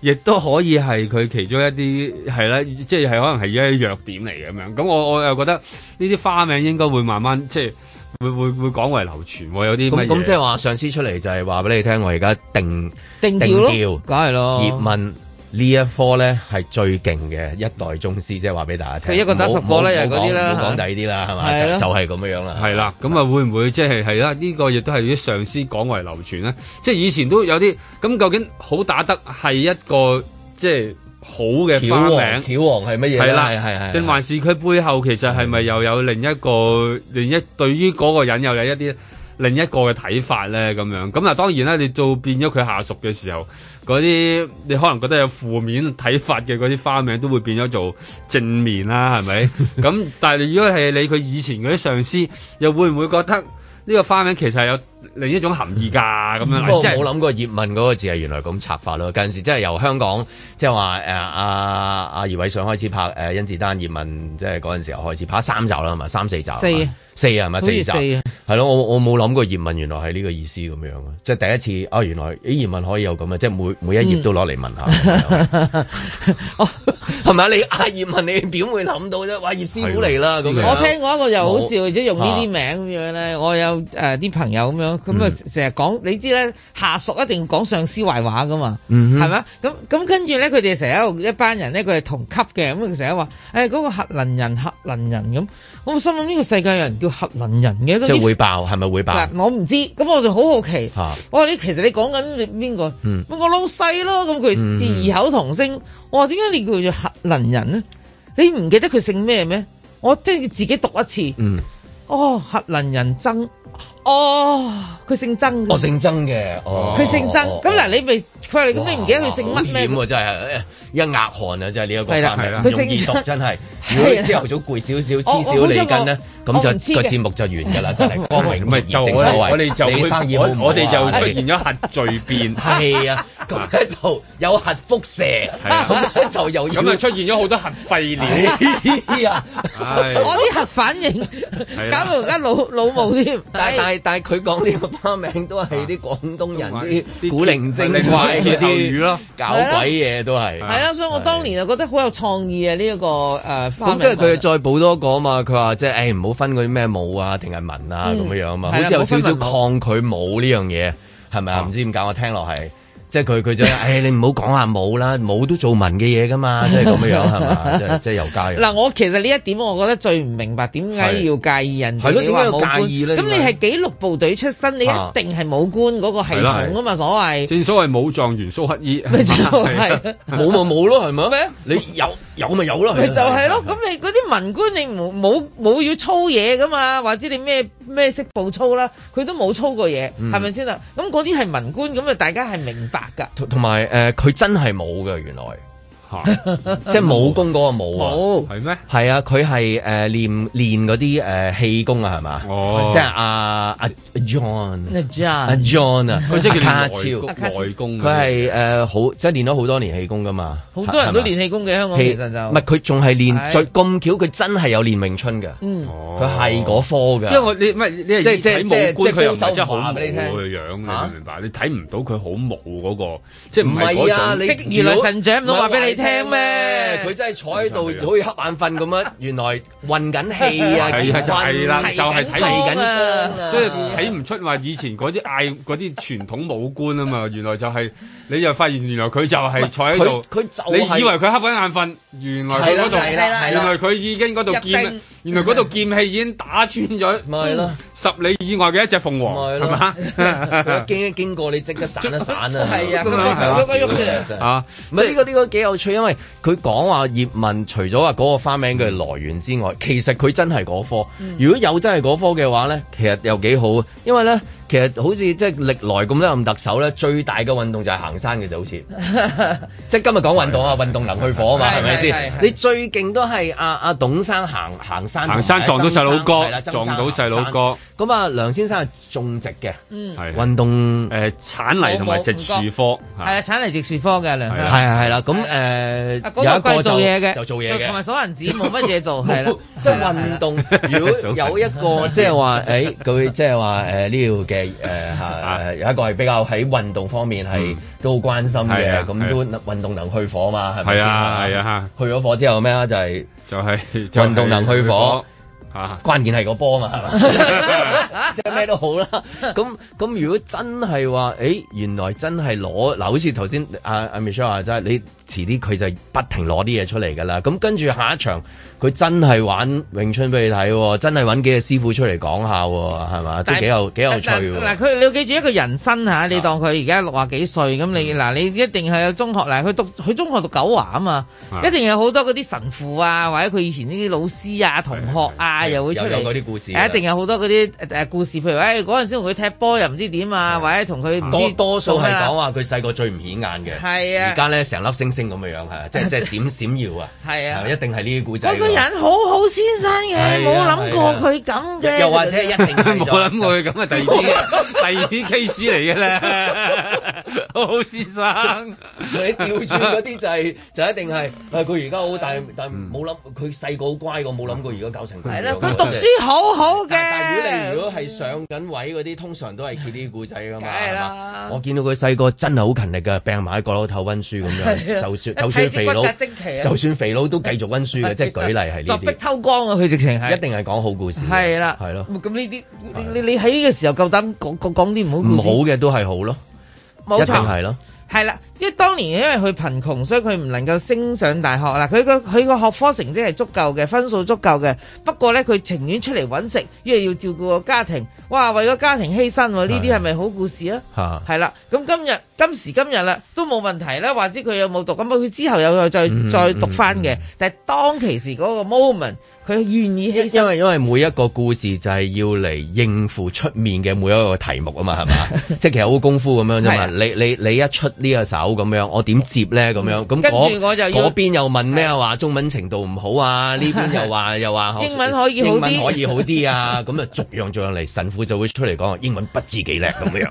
C: 亦都可以係佢其中一啲係啦，即係係可能係一啲弱點嚟嘅咁樣。咁我我又覺得呢啲花名應該會慢慢即係會會會廣為流傳喎，有啲
B: 咁
C: 乜
B: 咁
C: 嘢
B: 即係話上司出嚟就係話俾你聽，我而家定
D: 定
B: 定
D: 調咯，
B: 調
D: 梗係咯。
B: 葉問呢一科咧係最勁嘅一代宗師，即係話俾大家聽。
D: 佢一個打十個啦
B: 唔好
D: 又係嗰啲啦
B: 唔好講唔好講第二啲啦，係嘛？
D: 係
B: 就
D: 咯
B: 就係咁樣樣啦。
C: 係啦，咁啊會唔會即係係啦？呢、個亦都係啲上司廣為流傳咧。即係以前都有啲咁，究竟好打得係一個即係好嘅
D: 啊
B: 橋
C: 花
B: 王，
C: 名？
B: 橋王係乜嘢呢？
C: 係啦，
B: 係係係。
C: 定還是佢背後其實係咪又有另一個另一對於嗰個人又有一啲另一個嘅睇法咧咁樣？咁嗱，當然啦，你到變咗佢下屬嘅時候，嗰啲你可能覺得有負面睇法嘅嗰啲花名都會變咗做正面啦，係 咪？咁但係如果係你佢以前嗰啲上司，又會唔會覺得呢個花名其實係有另一種含義㗎？咁樣
B: 嗯不
C: 嗱
B: 過
C: 即係
B: 冇諗過葉問嗰個字係原來咁拆法咯。嗰陣時即係由香港即係話誒阿阿葉偉上開始拍誒甄子丹葉問，即係嗰陣時候開始拍三集啦，係嘛？三四集係咪
D: 四啊
B: 四係咪
D: 好
B: 四
D: 似
B: 集？
D: 四啊
B: 係咯，我我冇諗過葉問原來係呢個意思咁樣啊！即係第一次啊，原來咦葉問可以有咁啊！即係每每一頁都攞嚟問
D: 嗯
B: 下，
D: 哦
B: 係咪啊？你啊葉問你點會諗到啫？哇葉師傅嚟啦咁樣。
D: 嗯我聽過一個又好笑，
B: 冇
D: 即係用呢啲名咁樣咧。我有誒啲朋友咁樣，咁
B: 嗯
D: 啊成日講，你知咧下屬一定要講上司壞話噶嘛，
B: 嗯
D: 係咪？咁咁跟住咧，佢哋成日喺度一班人咧，佢係同級嘅，咁啊佢成日話誒嗰個核能人、核能人咁。我心諗呢個世界有人叫核能人嘅，咁
B: 即係
D: 啲
B: 會爆，係咪會爆？
D: 嗱，我唔知，咁我就好好奇
B: 嚇。
D: 我話哦你其實你講緊你邊個？
B: 嗯
D: 咪我老細咯，咁佢異口同聲。我話點解你叫做核能人呢？你
B: 嗯
D: 唔記得佢姓咩咩？我即係自己讀一次。哦，核能人曾，哦，佢姓曾㗎，
B: 我姓曾嘅，哦，
D: 佢姓曾。咁嗱，你咪佢話咁你唔記得佢姓乜咩？
B: 險喎真係哎一額汗啊！真係呢一個
D: 係啦
B: 翻譯
D: 係啦
B: 唔容易讀
D: 佢姓
B: 真 係。如果
D: 係啦啊
B: 朝頭早攰少少，
D: 我
B: 黐
D: 我
B: 少
D: 好
B: 你
D: 想
B: 筋咧，
D: 我
B: 咁
D: 我唔知
B: 就個
D: 嘅
B: 節目就完㗎啦，真 係光榮
C: 唔係
B: 業
C: 就
B: 正
C: 我
B: 所
C: 哋我
B: 謂
C: 哋就
B: 你
C: 會
B: 生意好唔好啊
C: 我我哋就出現咗核聚 變，
B: 係啊，咁咧就有核輻射，咁咧就又要
C: 啊 咁啊出現咗好多核廢料。
B: 係啊。
C: 唉
D: 我啲核反應搞
C: 啦
D: 到而家老老母添。
B: 但
D: 唉
B: 但但佢講呢個花名都係啲廣東人
C: 啊
B: 啲古靈精怪
C: 啲
B: 嗰
C: 歇後
B: 啲
C: 語咯
B: 搞鬼嘢都係。
D: 係啦，所以我當年就覺得好有創意啊！呢一個誒花
B: 咁
D: 名
B: 跟住佢再補多個啊嘛，佢話即係誒唔好分嗰啲咩舞啊定係文啊咁樣樣啊嘛，
D: 嗯係
B: 好
D: 啦
B: 似有少少
D: 唔
B: 抗拒舞呢樣嘢，係咪啊？唔知點解我聽落係。即係佢佢就誒、你唔好講下舞啦，舞都做文嘅嘢噶嘛，即係咁樣樣係嘛？即係即係啊又加油。
D: 嗱，我其實呢一點我覺得最唔明白點解要介意
B: 係
D: 人哋
B: 咯
D: 你話
B: 點
D: 武
B: 解
D: 官？
B: 要介意咧
D: 咁你係紀律部隊出身，你一
B: 啊
D: 定係武官嗰個系統啊嘛，所謂
C: 正所謂武狀元蘇乞衣，
D: 咪就
C: 係 啊
D: 係。
B: 冇咪冇咯，係咪咩？你有有咪有咯，啊
D: 咪就係咯，咁你嗰啲文官你冇冇冇要操嘢噶嘛，或者你咩咩識步操啦，佢都冇操過嘢，
B: 嗯
D: 係咪先啦？啊咁嗰啲係文官，咁啊大家係明白㗎。
B: 同同埋誒，佢、真係冇嘅原來，
C: 嚇
B: 即係武功嗰個武啊。
D: 冇
C: 係咩？
B: 係啊，佢係誒練練嗰啲誒氣功啊，係嘛？
C: 哦
B: 即係阿阿 John 啊阿
D: John，
B: John 啊，
C: 佢即係
B: 阿卡
C: 叫
B: 超，
D: 卡超
C: 內功，內功
B: 佢
C: 嗰啲
B: 係誒好即係練咗好多年氣功噶嘛，
D: 好多人都
B: 係嘛
D: 練氣功嘅，香港
B: 氣
D: 其實就
B: 唔係佢仲係練
D: 係
B: 最咁巧，佢真係有練詠春嘅，
C: 哦
B: 佢係嗰科
C: 因
B: 㗎。
C: 為我你唔係你係
B: 即係即係
C: 睇武官
B: 即係
C: 佢又唔
B: 高手
C: 係真係好
B: 話
C: 武
B: 俾你聽
C: 嘅樣，你
B: 嚇
C: 明唔明白？你睇唔到佢好武嗰個，即係
B: 唔
C: 唔係
B: 係啊！
C: 嗰種
B: 你
D: 識如來神掌唔通話俾你聽咩
B: 佢真係坐喺度，
C: 係啊
B: 好似瞌眼瞓 咁樣，原來運緊氣啊，
C: 係啊
B: 結婚
C: 係啦
B: 提緊
C: 就係睇
B: 提緊風啊
C: 即係睇唔出話以前嗰啲嗌嗰啲傳統武官啊嘛，原來就係你又發現原來佢就係坐喺度，
B: 佢佢就係
C: 你以為佢瞌緊眼瞓，原來佢嗰度，
B: 係
C: 原
B: 啦係啦係啦
C: 來佢已經嗰度
D: 入
C: 劍
D: 定，
C: 原來嗰度劍氣已經打穿咗
B: 咪係咯
C: 十里以外嘅一隻鳳凰，係 嘛？
B: 佢一經一經過你即刻散一散 啊！
D: 係啊，佢
C: 咁樣
D: 佢佢喐嘅。
B: 真係
C: 啊，
B: 唔係呢個呢個幾有趣，因為佢講話葉問除咗話嗰個花名嘅來源之外，其實佢真係嗰科。
C: 嗯
B: 如果有真係嗰科嘅話咧，其實又幾好啊，因為咧其實好似即係歷來咁多任特首咧，最大嘅運動就係行山 嘅就好似，即係今日講運動啊，運動能去火啊嘛，
D: 係
B: 係咪
D: 係係
B: 先
D: 係？
B: 你最勁都係阿阿董生行行山同埋
C: 行山
B: 阿曾生，
C: 撞到細佬哥
B: 係啦，曾生
C: 撞到細佬哥嗯
B: 行山。咁啊，梁先生係種植嘅
C: 係
B: 運動。
C: 誒產泥同埋植樹科，
D: 係啊，產嚟植樹科嘅梁生。
B: 係啊係啦，咁誒有一個
D: 啊，嗰個貴
B: 就
D: 做嘢嘅，
B: 就做嘢嘅
D: 同。埋鎖銀紙冇乜嘢 做，係啦，
B: 即係
D: 係啦係 啦
B: 運 動，如果有一個 即係話，誒佢即係話誒呢度嘅誒嚇
C: 啊
B: 誒有一個係比較喺運動方面係都好關心
C: 係
B: 嘅，
C: 啊
B: 咁都運動能去火嘛，係咪
C: 係
B: 先
C: 啊係，啊，
B: 去咗火之後咩啊？就係
C: 就係
B: 運動能去火。
C: 嚇。
B: 關鍵係個波嘛，係 嘛 即係咩都好啦。咁咁如果真係話，誒原來真係攞嗱，好似頭先阿阿 Michelle 話齋，你遲啲佢就不停攞啲嘢出嚟㗎啦。咁跟住下一場，佢真係玩詠春俾你睇喎，真係揾幾隻師傅出嚟講下喎，係嘛？都
D: 但
B: 幾有幾有趣
D: 但
B: 喎。
D: 嗱，佢你要記住一個人生嚇，你當佢而家六啊幾歲咁，
B: 嗯
D: 你嗱你一定係有中學嗱，佢讀佢中學讀九華啊嘛，
C: 係
D: 一定有好多嗰啲神父啊，或者佢以前呢啲老師啊、同學啊，又會出
B: 有有嗰
D: 嚟。
B: 啲故事啊㗎啦，
D: 一定有好多嗰啲誒故事，譬如誒嗰陣時同佢踢波又唔知點啊，或者同佢唔
B: 多
D: 知
B: 多數係講
D: 啊，
B: 話佢細個最唔顯眼嘅，
D: 係啊
B: 而家咧成粒星星咁嘅樣係啊，即係即係 閃閃耀啊，
D: 係啊
B: 咪一定係呢啲故仔
D: 嗰
B: 喎。
D: 個人好好先生嘅，
B: 係
D: 冇
B: 啊
D: 諗過佢咁嘅。
B: 又或者一定係
C: 冇諗過佢咁啊！第二 啲第二啲 case 嚟嘅咧，好好先生，
B: 你調轉嗰啲就係、就一定係，誒佢而家好大，但冇諗佢細個好乖個，冇諗過而家搞成咁樣。
D: 嗯係啦，佢讀書好好嘅。
B: 但但如果你如果係上緊位嗰啲，通常都係揭呢啲故仔㗎嘛。
D: 梗係啦
B: 係嘛我見到佢細個真係好勤力㗎，病埋喺角落頭温書 咁樣，就算就算肥佬
D: 啊一睇至骨骼精奇，啊
B: 就算肥佬都繼續温書嘅，即係 舉例
D: 作
B: 係
D: 壁
B: 呢
D: 偷光啊！佢直情係
B: 啲，一定係講好故事嘅。
D: 係啦，
B: 係咯，
D: 咁呢啲你你你喺呢個時候夠膽講講講啲唔好
B: 唔
D: 故
B: 好
D: 事，
B: 嘅都係好咯，
D: 冇
B: 一定
D: 錯，
B: 係咯。
D: 係啦。因為當年因為佢貧窮，所以佢唔能夠升上大學啦。佢個佢個學科成績係足夠嘅，分數足夠嘅。不過呢，佢情願出嚟揾食，因為要照顧個家庭。哇，為咗家庭犧牲喎，呢啲係咪好故事啊？
B: 嚇
D: 係啦，咁今日今時今日啦，都冇問題啦。或者佢有冇讀咁，佢之後又再
B: 嗯
D: 再讀翻嘅。但係當其時嗰個 moment，佢願 意犧
B: 因
D: 牲。
B: 為因為每一個故事就係要嚟應付出面嘅每一個題目啊嘛，係 嘛？即係其實好功夫咁樣啫
D: 係
B: 嘛。
D: 啊
B: 你你你一出呢個手咁樣，我點接咧咁樣？咁
D: 嗯跟住
B: 嗰
D: 我就要
B: 嗰邊又問咩話中文程度唔好啊？ 呢邊又話又話
D: 英文可以好啲
B: 英文可以好啲啊！咁啊逐樣逐樣嚟，神父就會出嚟講英文不知幾叻咁樣。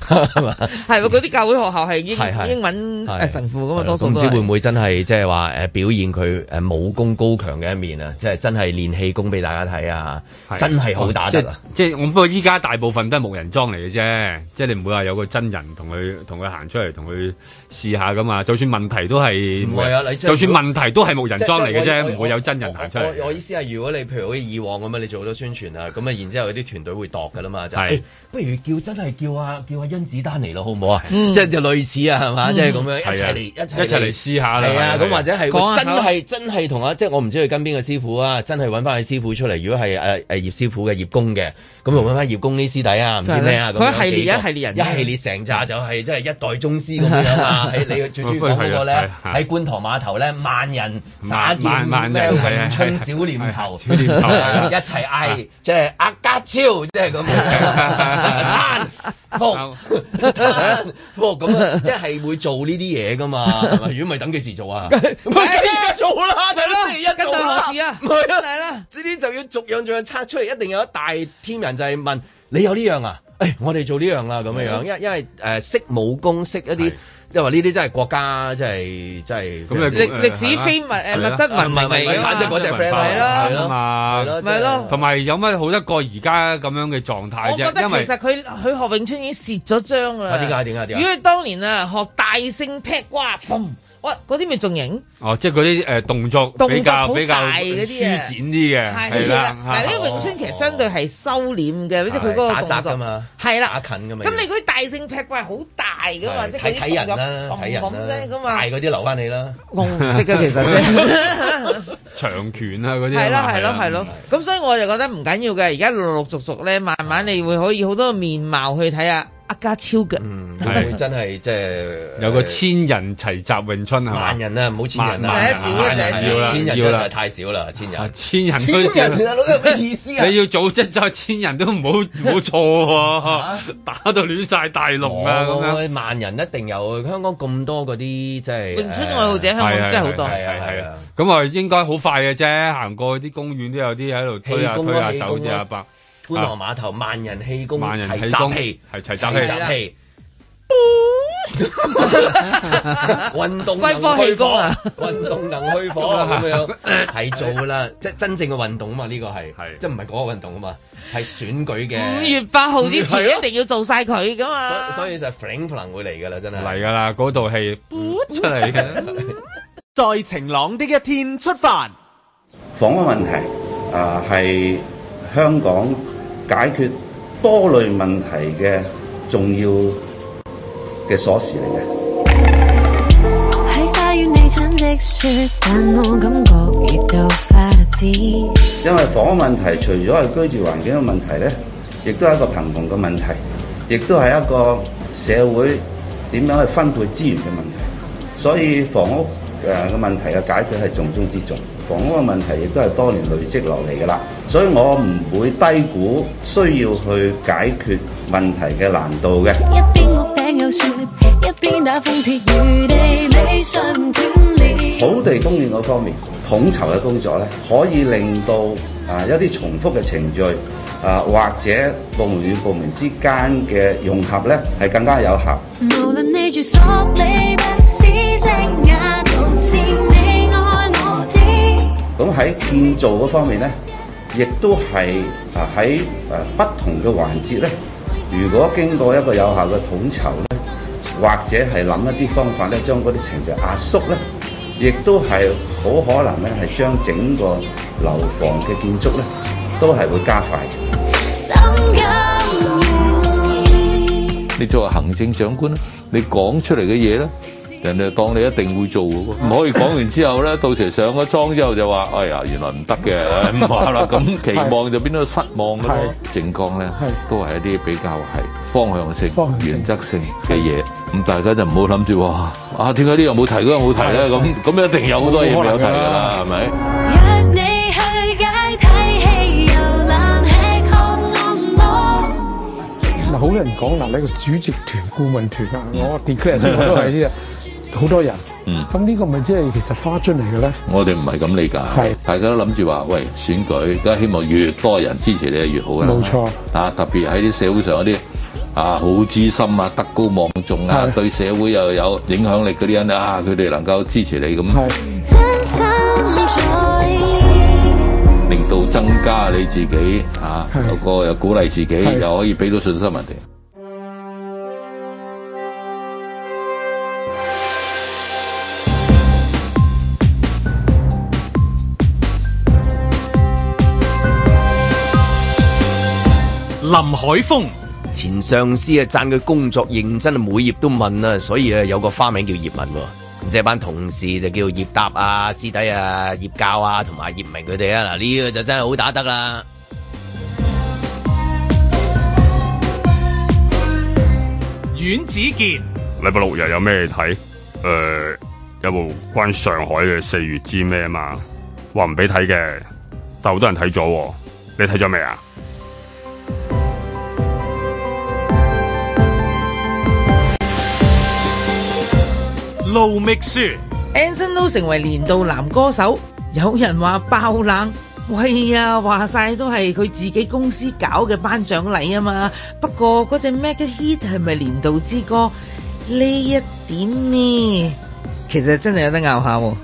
B: 係嘛
D: 係喎，嗰啲教會學校係英
B: 係係
D: 英文
B: 係
D: 誒 神父噶嘛，
B: 係咯
D: 多數
B: 啊咁唔
D: 都
B: 知會
D: 係
B: 唔會真係即係話誒表現佢誒武功高強嘅一面啊？即係真係練氣功俾大家睇啊！真係好打得啊！
C: 哦即係我不過依家大部分都係木人裝嚟嘅啫，即係你唔會話有個真人同佢同佢行出嚟同佢試下噶嘛。就算問題都係
B: 唔係啊你即係
C: 就算問題都係木人裝嚟嘅
B: 即係
C: 啫，
B: 我
C: 唔會有真人行出
B: 我我我意
C: 嚟。
B: 思係，如果你譬如好似以往咁樣，你做好多宣傳啊，咁啊，然之後有啲團隊會度噶啦嘛，就係
C: 係
B: 欸不如叫真係叫啊叫啊甄子丹嚟咯，好唔好啊？
D: 嗯
B: 即係就類似啊，係嘛？即係咁樣一
C: 係
B: 齊
C: 啊
B: 嚟一齊
C: 一齊嚟試下啦
B: 係
C: 係
B: 啊，
C: 啊
B: 咁或者係
H: 講
B: 喂
H: 下
B: 真
H: 口
B: 係真係同啊，即係我唔知佢跟邊個師傅啊，真係揾翻佢師傅出嚟。如果係誒誒葉師傅嘅葉公嘅，咁就揾翻葉公啲師弟啊，唔知咩啊咁樣。
D: 佢一系列
B: 幾個
D: 一系列人
B: 一系列成扎就係即係一代宗師咁樣啊！喺你最中意講嗰個
C: 係
B: 咧
C: 啊，係啊
B: 喺觀塘碼頭咧萬人撒
C: 萬
B: 劍
C: 萬
B: 咩
C: 人係啊
B: 詠春小念頭，
C: 係小念頭係啊
B: 一齊嗌即係阿家超，即係咁 樣，攤服攤服咁啊，即係會做呢啲嘢噶嘛？係咪如果唔係等幾時做啊？咪而家做啦，等星期一
D: 跟
B: 做
D: 大
B: 啦
D: 何事啊？
B: 唔係啊
D: 係啦。
B: 呢啲就要逐樣逐樣拆出嚟，一定有一大 team 人就係問你有呢樣啊？誒、我哋做呢樣啦咁樣樣，因因為誒、呃、識武功，識一啲
C: 係，
B: 因為呢啲真係國家，真係真係
C: 咁你
D: 歷
C: 誒
D: 歷史
C: 係啦
D: 非物誒
C: 啦
D: 物質文明
B: 啊唔係唔
D: 嚟
C: 啊
B: 係
D: 㗎
B: 反正
D: 嘛
B: 嗰隻 friend
D: 係啦
B: 係咯
C: 嘛
B: 係。咯
D: 咪咯
C: 啊同埋有乜好得過而家咁樣嘅狀態
D: 我覺得
C: 啫？因為
D: 其實佢佢學詠春已經蝕咗張啦。
B: 啊點解點解點解
D: 因為當年啊學大聖劈瓜，嘣！哇！嗰啲咪仲型，
C: 哦，即係嗰啲誒動作
D: 動作
C: 比較
D: 好
C: 比較
D: 大嗰啲啊
C: 舒展啲嘅，
D: 係
C: 係
D: 啦
C: 啦。。
D: 嗱，呢
C: 嚇
D: 個詠春其實相對係收斂嘅，即係佢嗰
B: 哦打啊
D: 個
B: 雜㗎
D: 動作
B: 嘛
D: 係
B: 打
D: 啦。
B: 近咁樣。
D: 咁你嗰啲大聖劈瓜係好大㗎嘛，
B: 係
D: 即係
B: 睇
D: 嗰
B: 睇人
D: 啲動
B: 啦
D: 作，
B: 睇人
D: 砰聲
B: 啦
D: 㗎，
B: 大
D: 嘛。
B: 嗰啲留翻你啦。
D: 我唔識㗎， 其實。
C: 長拳啊嗰啲啊嘛，
D: 係咯係咯
C: 啦
D: 係咯，咁所以我就覺得唔緊要嘅，而家陸陸續續咧，慢慢你會可以好多面貌去睇下阿家超嘅，
B: 嗯，
C: 係
B: 會真係即係
C: 有個
B: 呃
C: 千人齊集詠春係嘛
B: 萬？人啊，唔好千人啊，
C: 萬
D: 人少啊就係
B: 萬人啊
C: 千人
B: 千人真
C: 要啦
B: 係太少啦，千
C: 啊
B: 人。
C: 千人
B: 千
C: 都
B: 人其實有咩意思啊？
C: 你要組織咗千人都唔好 唔好錯
B: 啊
C: 喎，打到亂晒大龍啊咁樣。
B: 我萬人一定有，香港咁多嗰啲即係
D: 詠春愛好者香港
C: 係啊
D: 真係好多。
B: 係啊係
C: 係
B: 啊
C: 啊，咁啊應該好快嘅啫，行過啲公園都有啲喺度推下
B: 氣功咯
C: 推下
B: 氣功
C: 手啲
B: 咯
C: 阿伯，
B: 觀塘碼頭萬人氣功
C: 萬人
B: 齊
C: 氣功
B: 集氣，
C: 係齊集
B: 齊
C: 氣
B: 集 氣。運動
D: 龜波氣功啊！
B: 運動能虛火
I: 啊
B: 咁樣係做啦，即係真正嘅運動啊嘛！呢個係
C: 係
B: 即係唔係嗰個運動啊嘛，係選舉嘅。
D: 五月八號之前
B: 係咯
D: 一定要做晒佢噶
B: 所
D: 嘛。
B: 所以就 Frank 可能會嚟㗎啦，真係
C: 嚟㗎啦，嗰度戲出嚟嘅。
E: 在晴朗的一天出發。
J: 房屋問題啊，係香港解決多類問題嘅重要嘅鎖匙嚟嘅。
K: 喺花園你產積雪，但我感覺熱到發紫。
J: 因為房屋問題除咗係居住環境嘅問題咧，亦都係一個貧窮嘅問題，亦都係一個社會點樣去分配資源嘅問題。所以房屋誒嘅問題嘅解決係重中之重，房屋嘅問題亦都係多年累積落嚟㗎啦。所以我唔會低估需要去解決問題嘅難度嘅。
K: 一邊屋頂有雪，一邊打風撇雨地理想斷裂。
J: 土地供應嗰方面統籌嘅工作咧，可以令到啊一啲重複嘅程序啊，或者部門與部門之間嘅融合咧，係更加有效。
K: 無論你住索里不是隻眼，還是你愛我知。
J: 咁喺建造嗰方面咧，亦都係啊喺啊不同嘅環節咧，如果經過一個有效嘅統籌咧，或者係諗一啲方法咧，將嗰啲程序壓縮咧，亦都係好可能咧係將整個樓房嘅建築咧，都係會加快嘅。
K: 心甘願意。
L: 你作為行政長官咧，
H: 你講出嚟嘅嘢咧，人哋就當你一定會做嘅喎，唔可以講完之 後咧，到時上咗妝之後就話：哎呀，原來唔得嘅，唉唔話 啦。咁期望就變咗失望咯
L: 係。
H: 政綱咧
L: 係
H: 都係一啲比較係方向性
L: 方向、性
H: 原則性嘅嘢，咁大家就唔好諗住哇啊點解呢樣冇提嗰樣冇提咧？咁咁一定有好多嘢未有提㗎啦，係咪？
K: 約你去街睇戲，遊覽吃喝玩樂。
L: 嗱，好多人講嗱，你個主席團、顧問團啊，我 declare 先，我都係呢啲好多人。
H: 嗯
L: 咁呢個咪即係其實花樽嚟嘅咧？
H: 我哋唔係咁理解，大家都諗住話，喂選舉，梗係希望越多人支持你越好㗎啦。
L: 冇錯
H: 啊特別喺啲社會上嗰啲啊好資深啊、德高望重啊
L: 係，
H: 對社會又有影響力嗰啲人啊，佢哋能夠支持你咁，
K: 真心在意。
H: 令到增加你自己啊，有個又鼓勵自己，
L: 係
H: 又可以俾到信心人哋。
A: 林海峰、
I: 前上司啊讚佢工作認真，每頁都問啊，所以啊有個花名叫葉問喎。咁即係班同事就叫葉答啊、師弟啊、葉教啊同埋葉明佢哋啊，嗱呢個就真係好打得啦。
A: 阮子健、
C: 禮拜六日有咩睇？誒、呃有部關上海嘅四月知咩嘛？話唔俾睇嘅，但好多人睇咗喎。你睇咗未啊？
A: 路觅雪。
D: Anson Lo 成為年度男歌手，有人話爆冷。喂呀，話晒都係佢自己公司搞嘅頒獎禮啊嘛。不過嗰隻 Mega Hit 係咪年度之歌呢一點呢？其實真係有得拗下喎。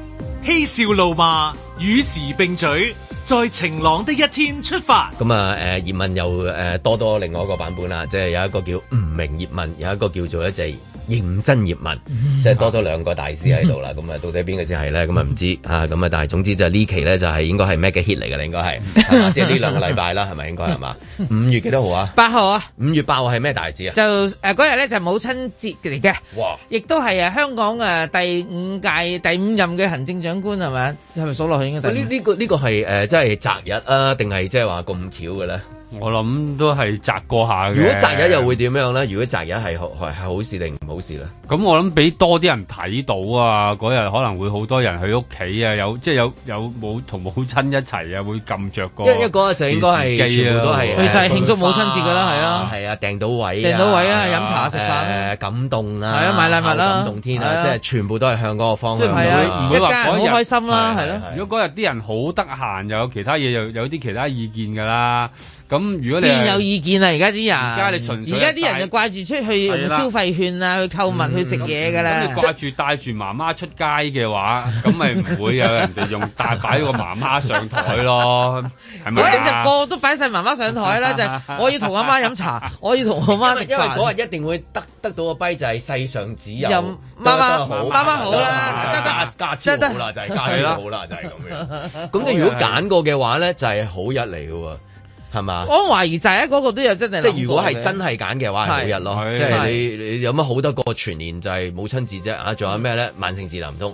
A: 嬉笑怒罵，與時並舉，在晴朗的一天出發。
B: 咁啊，誒葉問又誒多多另外一個版本啦，即係有一個叫唔明葉問，有一個叫做一隻認真葉問，即係多多兩個大師喺度啦。咁啊，到底邊個先係咧？咁啊唔知啊。咁啊，但係總之就呢期咧就係應該係 mega hit 嚟嘅啦，應該係係嘛？即係呢兩個禮拜啦，係咪應該係嘛？五月幾多號啊？
D: 八號啊，
B: 五月八號係咩大節啊？
D: 就誒嗰日咧就母親節嚟嘅，
B: 哇！
D: 亦都係誒香港誒第五屆第五任嘅行政長官係咪？係咪數落去應該
B: 喂
D: 第
B: 呢
D: 五？
B: 呢個呢個係誒，即係擇日啊，定係即係話咁巧嘅咧？
C: 我諗都係摘過下嘅。
B: 如果擇日又會點樣咧？如果擇日係好係係好事定唔好事咧？
C: 咁我諗俾多啲人睇到啊！嗰日可能會好多人去屋企啊，有即係有有冇同母親一齊啊，會撳着個
B: 因因為嗰日就應該
C: 電
B: 係
C: 視機啊
B: 全部都係
D: 去晒慶祝母親節㗎啦係啊
B: 係啊，訂到位，
D: 訂到位啊飲茶食飯啊
B: 誒感動啊，
D: 係啊買禮物啦
B: 感動天
D: 係啊
B: 啊，即係全部都係向嗰個方
C: 即係
B: 向
C: 唔
B: 啊，
C: 會唔會
D: 一家
C: 話
D: 人
C: 嗰日
D: 好開心啦係咯。
C: 如果嗰日啲人好得閒，又有其他嘢，又有啲其他意見㗎啦。咁如果你
D: 邊
C: 係
D: 有意見啊？而家啲人，
C: 而家你純粹
D: 而家啲人
C: 係
D: 就掛住出去用
C: 係啦
D: 消費券啊，去購物、去食嘢㗎
C: 咁
D: 啦
C: 你。掛住帶住媽媽出街嘅話，咁咪唔會有人哋用大擺個媽媽上台咯，係咪
D: 嗰日
C: 啊
D: 就個個都擺晒媽媽上台啦，就係我要同阿媽飲茶，我要同我媽食
B: 因為嗰
D: 飯。
B: 日一定會得得到個跛就係世上只有
D: 任媽媽媽媽好
B: 啦，得得家超好啦，就係家超好啦，就係咁樣。咁你如果揀過嘅話咧，就係好日嚟嘅喎，係嘛？
D: 我懷疑就係嗰個都有真係諗
B: 即
D: 過嘅。
B: 係如果係真係揀嘅話，係好日咯。
D: 係
B: 即係你你有乜好得過全年就係母親節啫啊？仲有咩
D: 嗯
B: 咧？萬聖節南東，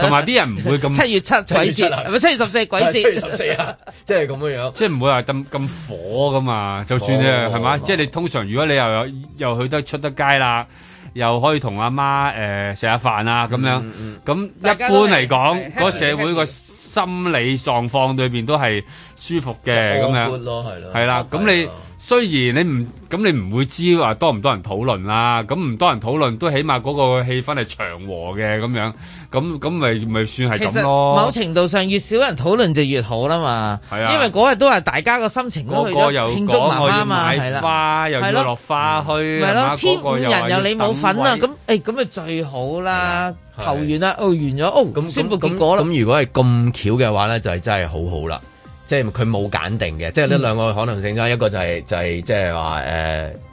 C: 同埋啲人唔會咁
D: 七月七鬼節，係咪七月十四 鬼 節？
B: 七月十四 啊，即係咁樣樣。
C: 即係唔會話咁咁火噶嘛，就算你係
B: 哦
C: 係嘛，即係你通常如果你又有又去得出得街啦，又可以同阿媽誒食下飯啊咁樣，咁
D: 大
C: 一
D: 家都
C: 般嚟
D: 係係
C: 講，
D: happy，
C: 個社會個
D: happy
C: 心理狀況裏邊都係舒服嘅
B: 就
C: 咁
B: all good 咯係
C: 樣
B: 咯，
C: 係啦，咁你。雖然你唔咁，你唔會知話多唔多人討論啦。咁唔多人討論，都起碼嗰個氣氛係祥和嘅咁樣。咁咁咪咪算係
D: 其
C: 咁
D: 實
C: 咯。
D: 某程度上越少人討論就越好啦嘛，
C: 係啊
D: 因為嗰日都係大家個心情都
C: 嗰
D: 去
C: 個
D: 咗
C: 又
D: 慶祝
C: 講我
D: 媽媽
C: 要
D: 嘛，
C: 買
D: 係啦，
C: 花，又
D: 係
C: 要
D: 咯
C: 落花墟，
D: 咪係
C: 係
D: 咯，
C: 嘛
D: 千
C: 嗰
D: 五
C: 個又話
D: 人
C: 要
D: 又你冇份
B: à,
D: 啊，
C: 等
D: 咁誒咁咪最好啦，投完啦，哦完咗，哦宣佈結果啦，
B: 咁如果係咁巧嘅話咧，就係真係好好啦。即係佢冇揀定嘅，即
D: 嗯
B: 係呢兩個可能性啦。一個就係、就係即係話誒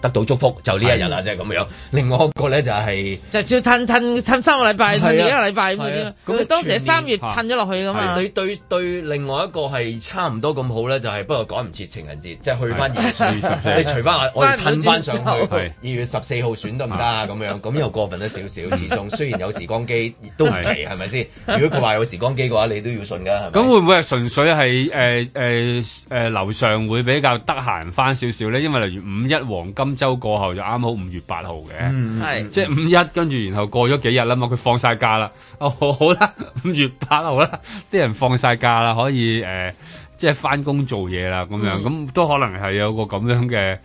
B: 得到祝福就呢一日啦，
D: 係
B: 即係咁樣。另外一個咧就係、
D: 就照褪褪褪三個禮拜，
B: 係啊
D: 褪完一個禮拜咁
B: 係
D: 樣
B: 啊。咁
D: 咁
B: 你
D: 當時係
B: 全年
D: 三月褪咗落去噶
C: 嗯
D: 嘛
B: 係。對對對，另外一個係差唔多咁好咧，就係不過趕唔切情人節，即係去翻二
C: 係
B: 月，你除翻話我哋褪翻上去
C: 翻唔到轉頭
B: 二月十四號選得唔得啊？咁樣咁又過分咗少少，始終雖然有時光機都唔奇，
C: 係
B: 係咪先？如果佢話有時光機嘅話，你都要信㗎，係咪？
C: 咁會唔會係純粹係誒誒誒樓上會比較得閒翻少少咧？因為例如五一黃金週過後就啱好五月八號
B: 嗯
C: 嘅，
B: 係
C: 即係五一跟住然後過咗幾日啦嘛，佢放晒假啦，哦好好啦，五月八號啦，啲人放晒假啦，可以誒、呃即係翻工做嘢啦咁樣，咁、都可能係有個咁樣嘅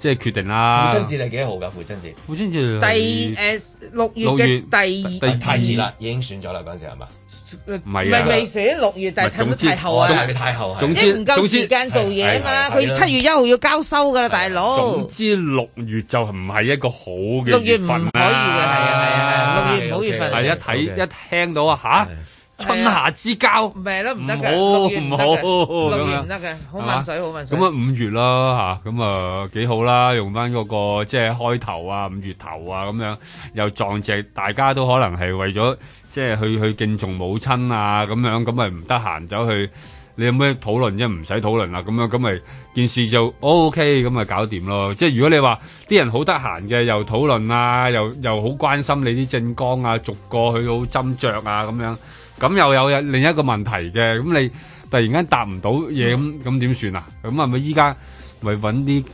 C: 即係決定啦。
B: 父親節係幾號㗎？父親節，
C: 父親節
D: 第誒六月
C: 六月
D: 嘅第二
B: 太遲啦，已經選咗啦嗰陣時係嘛？
C: 唔
D: 唔係未寫六月，但係褪得太後啊！
B: 太太後係
D: 因
C: 總
D: 為
C: 之
D: 唔夠
C: 總之
D: 時間做嘢啊嘛，佢
C: 係係係
D: 七月一號要交收噶啦，大佬
C: 總。之六月就唔係一個好嘅
D: 哦六月唔
C: 份啦，
D: 可以嘅係啊係啊係啊六月唔好月份
C: 係一睇一聽到啊嚇，春夏之交，
D: 唔係啦，唔得
C: 唔
D: 嘅，
C: 好
D: 六月
C: 唔
D: 唔得
C: 好
D: 嘅，
C: 咁
D: 六月
C: 樣
D: 唔得嘅，好
C: 係
D: 慢
C: 嘛
D: 水，好慢水。
C: 咁啊五月啦嚇，咁啊幾好啦，用翻嗰個即係開頭啊五月頭啊咁樣，又撞正大家都可能係為咗即係去去敬重母親啊咁樣，咁咪唔得閒走去。你有咩討論啫？唔使討論啦，咁樣咁咪件事就 O K，咁咪搞掂咯。即係如果你話啲人好得閒嘅，又討論啊，又又好關心你啲政綱啊，逐個去好斟酌啊，咁樣咁又有另一個問題嘅。咁你突然間答唔到嘢，咁咁點算啊？咁係咪依家咪揾啲誒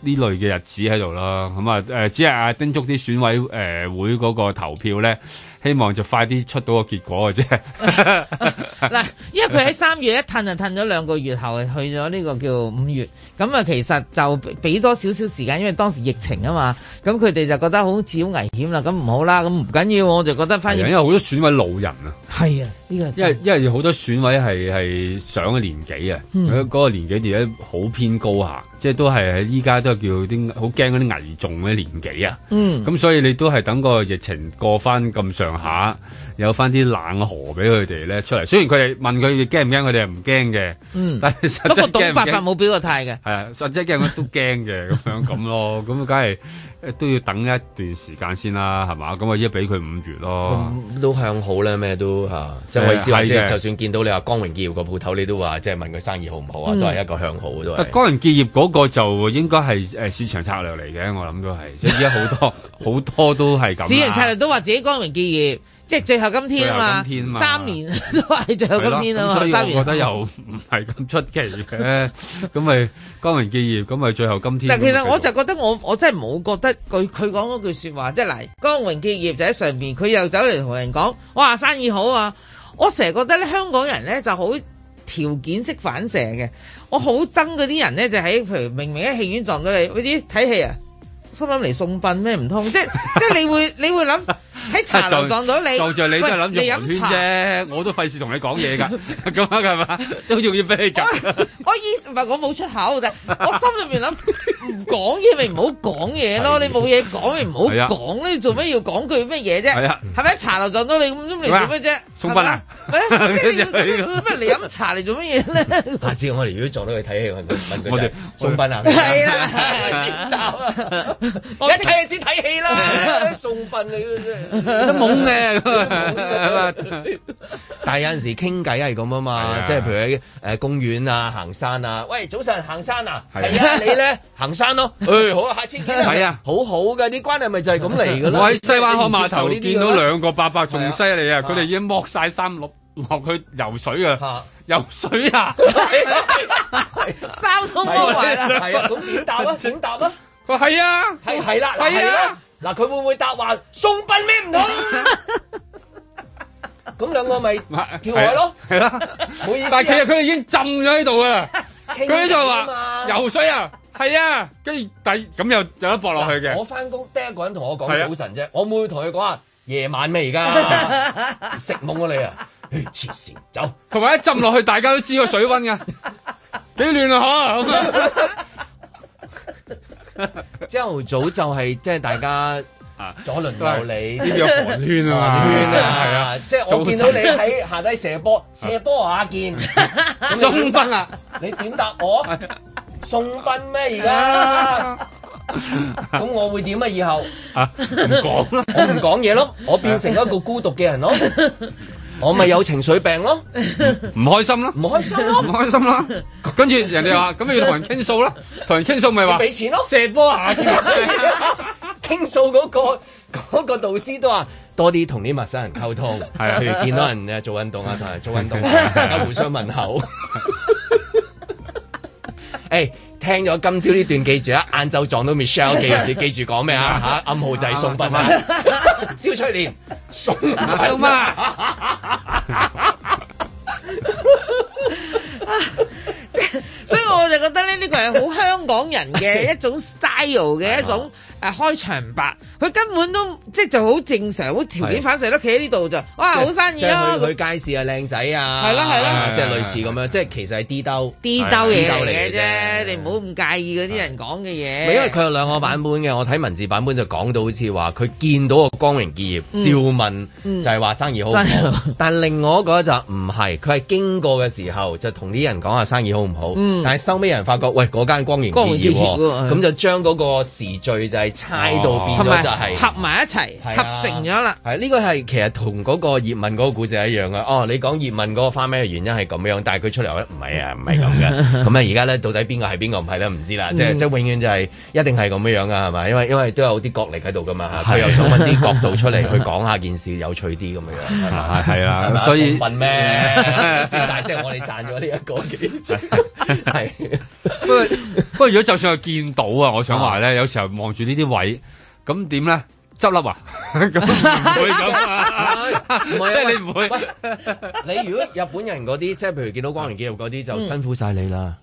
C: 呢類嘅日子喺度啦？咁啊誒，只係啊叮囑啲選委誒、呃、會嗰個投票咧，希望就快啲出到個結果嘅啫。
D: 嗱，因為佢喺三月一褪就褪咗兩個月後，去咗呢個叫五月。咁啊，其實就俾多少少時間，因為當時疫情啊嘛，咁佢哋就覺得好似好危險啦，咁唔好啦，咁唔緊要，我就覺得反
C: 係
D: 而
C: 啊因為好多選委老人啊。
D: 係啊，呢個
C: 因
D: 真
C: 為因為有好多選委係係上咗年紀啊，
D: 嗯
C: 佢嗰、個年紀而家好偏高下，即係都係喺依家都係叫啲好驚嗰啲危重嘅年紀啊。
D: 嗯
C: 咁所以你都係等個疫情過翻咁上下，有翻啲冷河俾佢哋咧出嚟。雖然佢哋問佢哋驚唔驚，佢哋係唔驚嘅。
D: 嗯
C: 但係實
D: 不過
C: 際驚
D: 董
C: 唔
D: 伯伯
C: 驚？
D: 冇表過態嘅。
C: 係啊，實際驚我都驚嘅咁樣咁咯，咁梗係誒都要等一段時間先啦，係嘛？咁啊，依家俾佢五月咯。
B: 都向好啦，咩都嚇，即係我意思話，
C: 係嘅
B: 即係就算見到你話光榮結業個鋪頭，你都話即係問佢生意好唔好啊，
C: 嗯
B: 都係一個向好都
C: 但
B: 係。
C: 個人結業嗰個就應該係誒市場策略嚟嘅，我諗都係，即係依家 好多好多都係咁啦。
D: 市場策略都話自己光榮結業，即係最後今天啊
C: 最後今天
D: 嘛，
C: 嘛
D: 三年 都係最後今天啊
C: 係咯咁所
D: 嘛，
C: 以
D: 三
C: 我
D: 年
C: 覺。得又唔係咁出 奇嘅，咁咪光榮結業，咁咪最後今天。
D: 但其實我就覺得我我真係冇覺得佢佢講嗰句説話，即係嗱，光榮結業就喺上邊，佢又走嚟同人講，哇生意好啊！我成日覺得咧香港人咧就好條件式反射嘅，我好憎嗰啲人咧就喺譬如明明喺戲院撞到你，嗰啲睇戲啊，心諗嚟送殯咩唔通？即即係你會你會諗喺茶 樓撞到你，
C: 撞住你都係諗
D: 喂你
C: 住
D: 飲
C: 黃
D: 茶。
C: 圈啫，我都費事同你講嘢㗎， 咁樣係嘛？都仲要俾你夾。
D: 我意唔係我冇出 口，但係我心裏面諗唔講嘢咪唔好講嘢咯，你冇嘢講咪唔好
C: 係啊
D: 講咧，你做咩要講句乜嘢啫？
C: 係啊
D: 係咪茶樓撞到你咁，咁你做咩啫？
B: 送殯啊
D: 係咪 係咪即係你要覺得咁咪嚟飲茶嚟做乜嘢咧？
B: 下次我哋如果撞到佢睇戲，我 問佢
C: 我
B: 就
C: 哋
B: 係送殯啊，
D: 係
B: 點答啊？
D: 我
B: 一睇就知睇戲 啦，送殯你真係
C: 都懵嘅
B: 但係有陣時傾偈係咁啊嘛，即係譬如喺誒公園啊、行山啊，喂早晨行山啊，係啊你咧行山 咯，誒好啊，下次見啦，
C: 係啊，
B: 好好嘅啲關係咪就係咁嚟㗎啦。
C: 我喺西灣河碼頭
B: 你唔接
C: 見
B: 受呢
C: 到
B: 啲㗎啦
C: 兩個伯伯仲犀利啊！
B: 係啊
C: 佢哋已經剝晒衫落落去游水 啊！游水啊！
D: 三通安排啦，
B: 係啊，咁點答 啊？點答啊？
C: 佢係啊，
B: 係係啦，嗱
D: 係啊
B: 係啦，嗱佢會唔會答話送殯咩唔同？咁兩個咪叫我咯，
C: 係啦，
B: 好意思啊
C: 但係其實佢哋已經浸咗喺度啊！
B: 傾
C: 佢喺度
B: 偈啊
C: 話
B: 嘛
C: 游水啊，係啊，跟住第咁又有得搏落去嘅。
B: 我翻工得一個人同我講
C: 係啊
B: 早晨啫，我唔會同佢講啊夜晚咩而家食懵啊你啊，嘿黐線走。
C: 同埋一浸落去，大家都知個水温噶，幾亂啊
B: 朝頭早就係即係大家左鄰右里，
C: 呢啲叫寒暄啊嘛
B: 寒暄
C: 係
B: 啊
C: 啊，
B: 即係我見到你喺下低射波，射波啊阿健，
C: 嚇！中分啊，
B: 你點答我？送賓咩而家？ 咁我會點啊？以後
C: 啊，唔講啦，
B: 我唔講嘢咯，我變成一個孤獨嘅 人咯，我咪有情緒病咯，
C: 唔開心啦，
B: 唔開心咯，
C: 唔開心啦。跟住人哋話咁要同人傾訴啦，同人傾訴咪話
B: 你俾錢咯，
C: 射波啊！
B: 傾訴嗰個嗰個導師都話。多啲同啲陌生人溝通，
C: 係啊
B: 譬如見到人誒做運動啊，同 人做運動啊，大家互相問候。 誒，聽咗今朝呢段記住啊，晏晝撞到 Michelle 記住記住講咩啊嚇，暗號就係 送筆啊， 招翠蓮送筆啊，
D: 所以我就覺得咧，呢個係好香港 人嘅一種 style
B: 啊
D: 嘅一種誒開場白，佢根本都即係就好正常，好條件反射都企喺呢度就，哇好生意啊！
B: 即係去去街市啊，靚仔啊，
D: 係咯係咯
B: 即係類似咁樣，即係其實係 D 兜
D: D 兜嘢嚟嘅
B: 係啊
D: 啫，你唔好咁介意嗰啲人講嘅
B: 唔
D: 嘢。
B: 係因為佢有兩個版本嘅，我睇文字版本就講到好似話佢見到個光榮結業，照問
D: 嗯
B: 就係話生意好唔好。但另外一個就唔係，佢係經過嘅時候就同啲人講下生意好唔好。
D: 嗯
B: 但係收尾人發覺，喂嗰間光榮
D: 光榮
B: 結業喎，
D: 結業喎嗯哦
B: 咁就將嗰個時序就係猜到變
D: 同埋
B: 咗就係。
D: 合埋一齊，
B: 係啊
D: 合成咗啦。
B: 係呢個係其實同嗰個葉問嗰個故事係一樣嘅。哦，你講葉問嗰個花咩原因係咁樣，但係佢出嚟話唔係啊，唔係咁 嘅。咁啊，而家咧到底邊個係邊個唔係咧，唔知啦。即係
I: 嗯
B: 即係永遠就係一定係咁樣樣噶，係咪？因為因為都有啲角力喺度噶嘛，啊佢又想揾啲角度出嚟去講下件事有趣啲咁樣樣，係
C: 係
B: 嘛？係咪
C: 啊，所以
B: 送問咩？但係即係我哋賺咗呢一個幾轉，係
C: 不過不過，如果就算係見到啊，我想話咧，有時候望住呢啲位，咁點咧？執 笠啊！咁唔會咁啊！
B: 唔
C: 即係你唔會。
B: 你如果日本人嗰啲，即係譬如見到光榮紀錄嗰啲，就
I: 嗯
B: 辛苦晒你啦。
I: 啊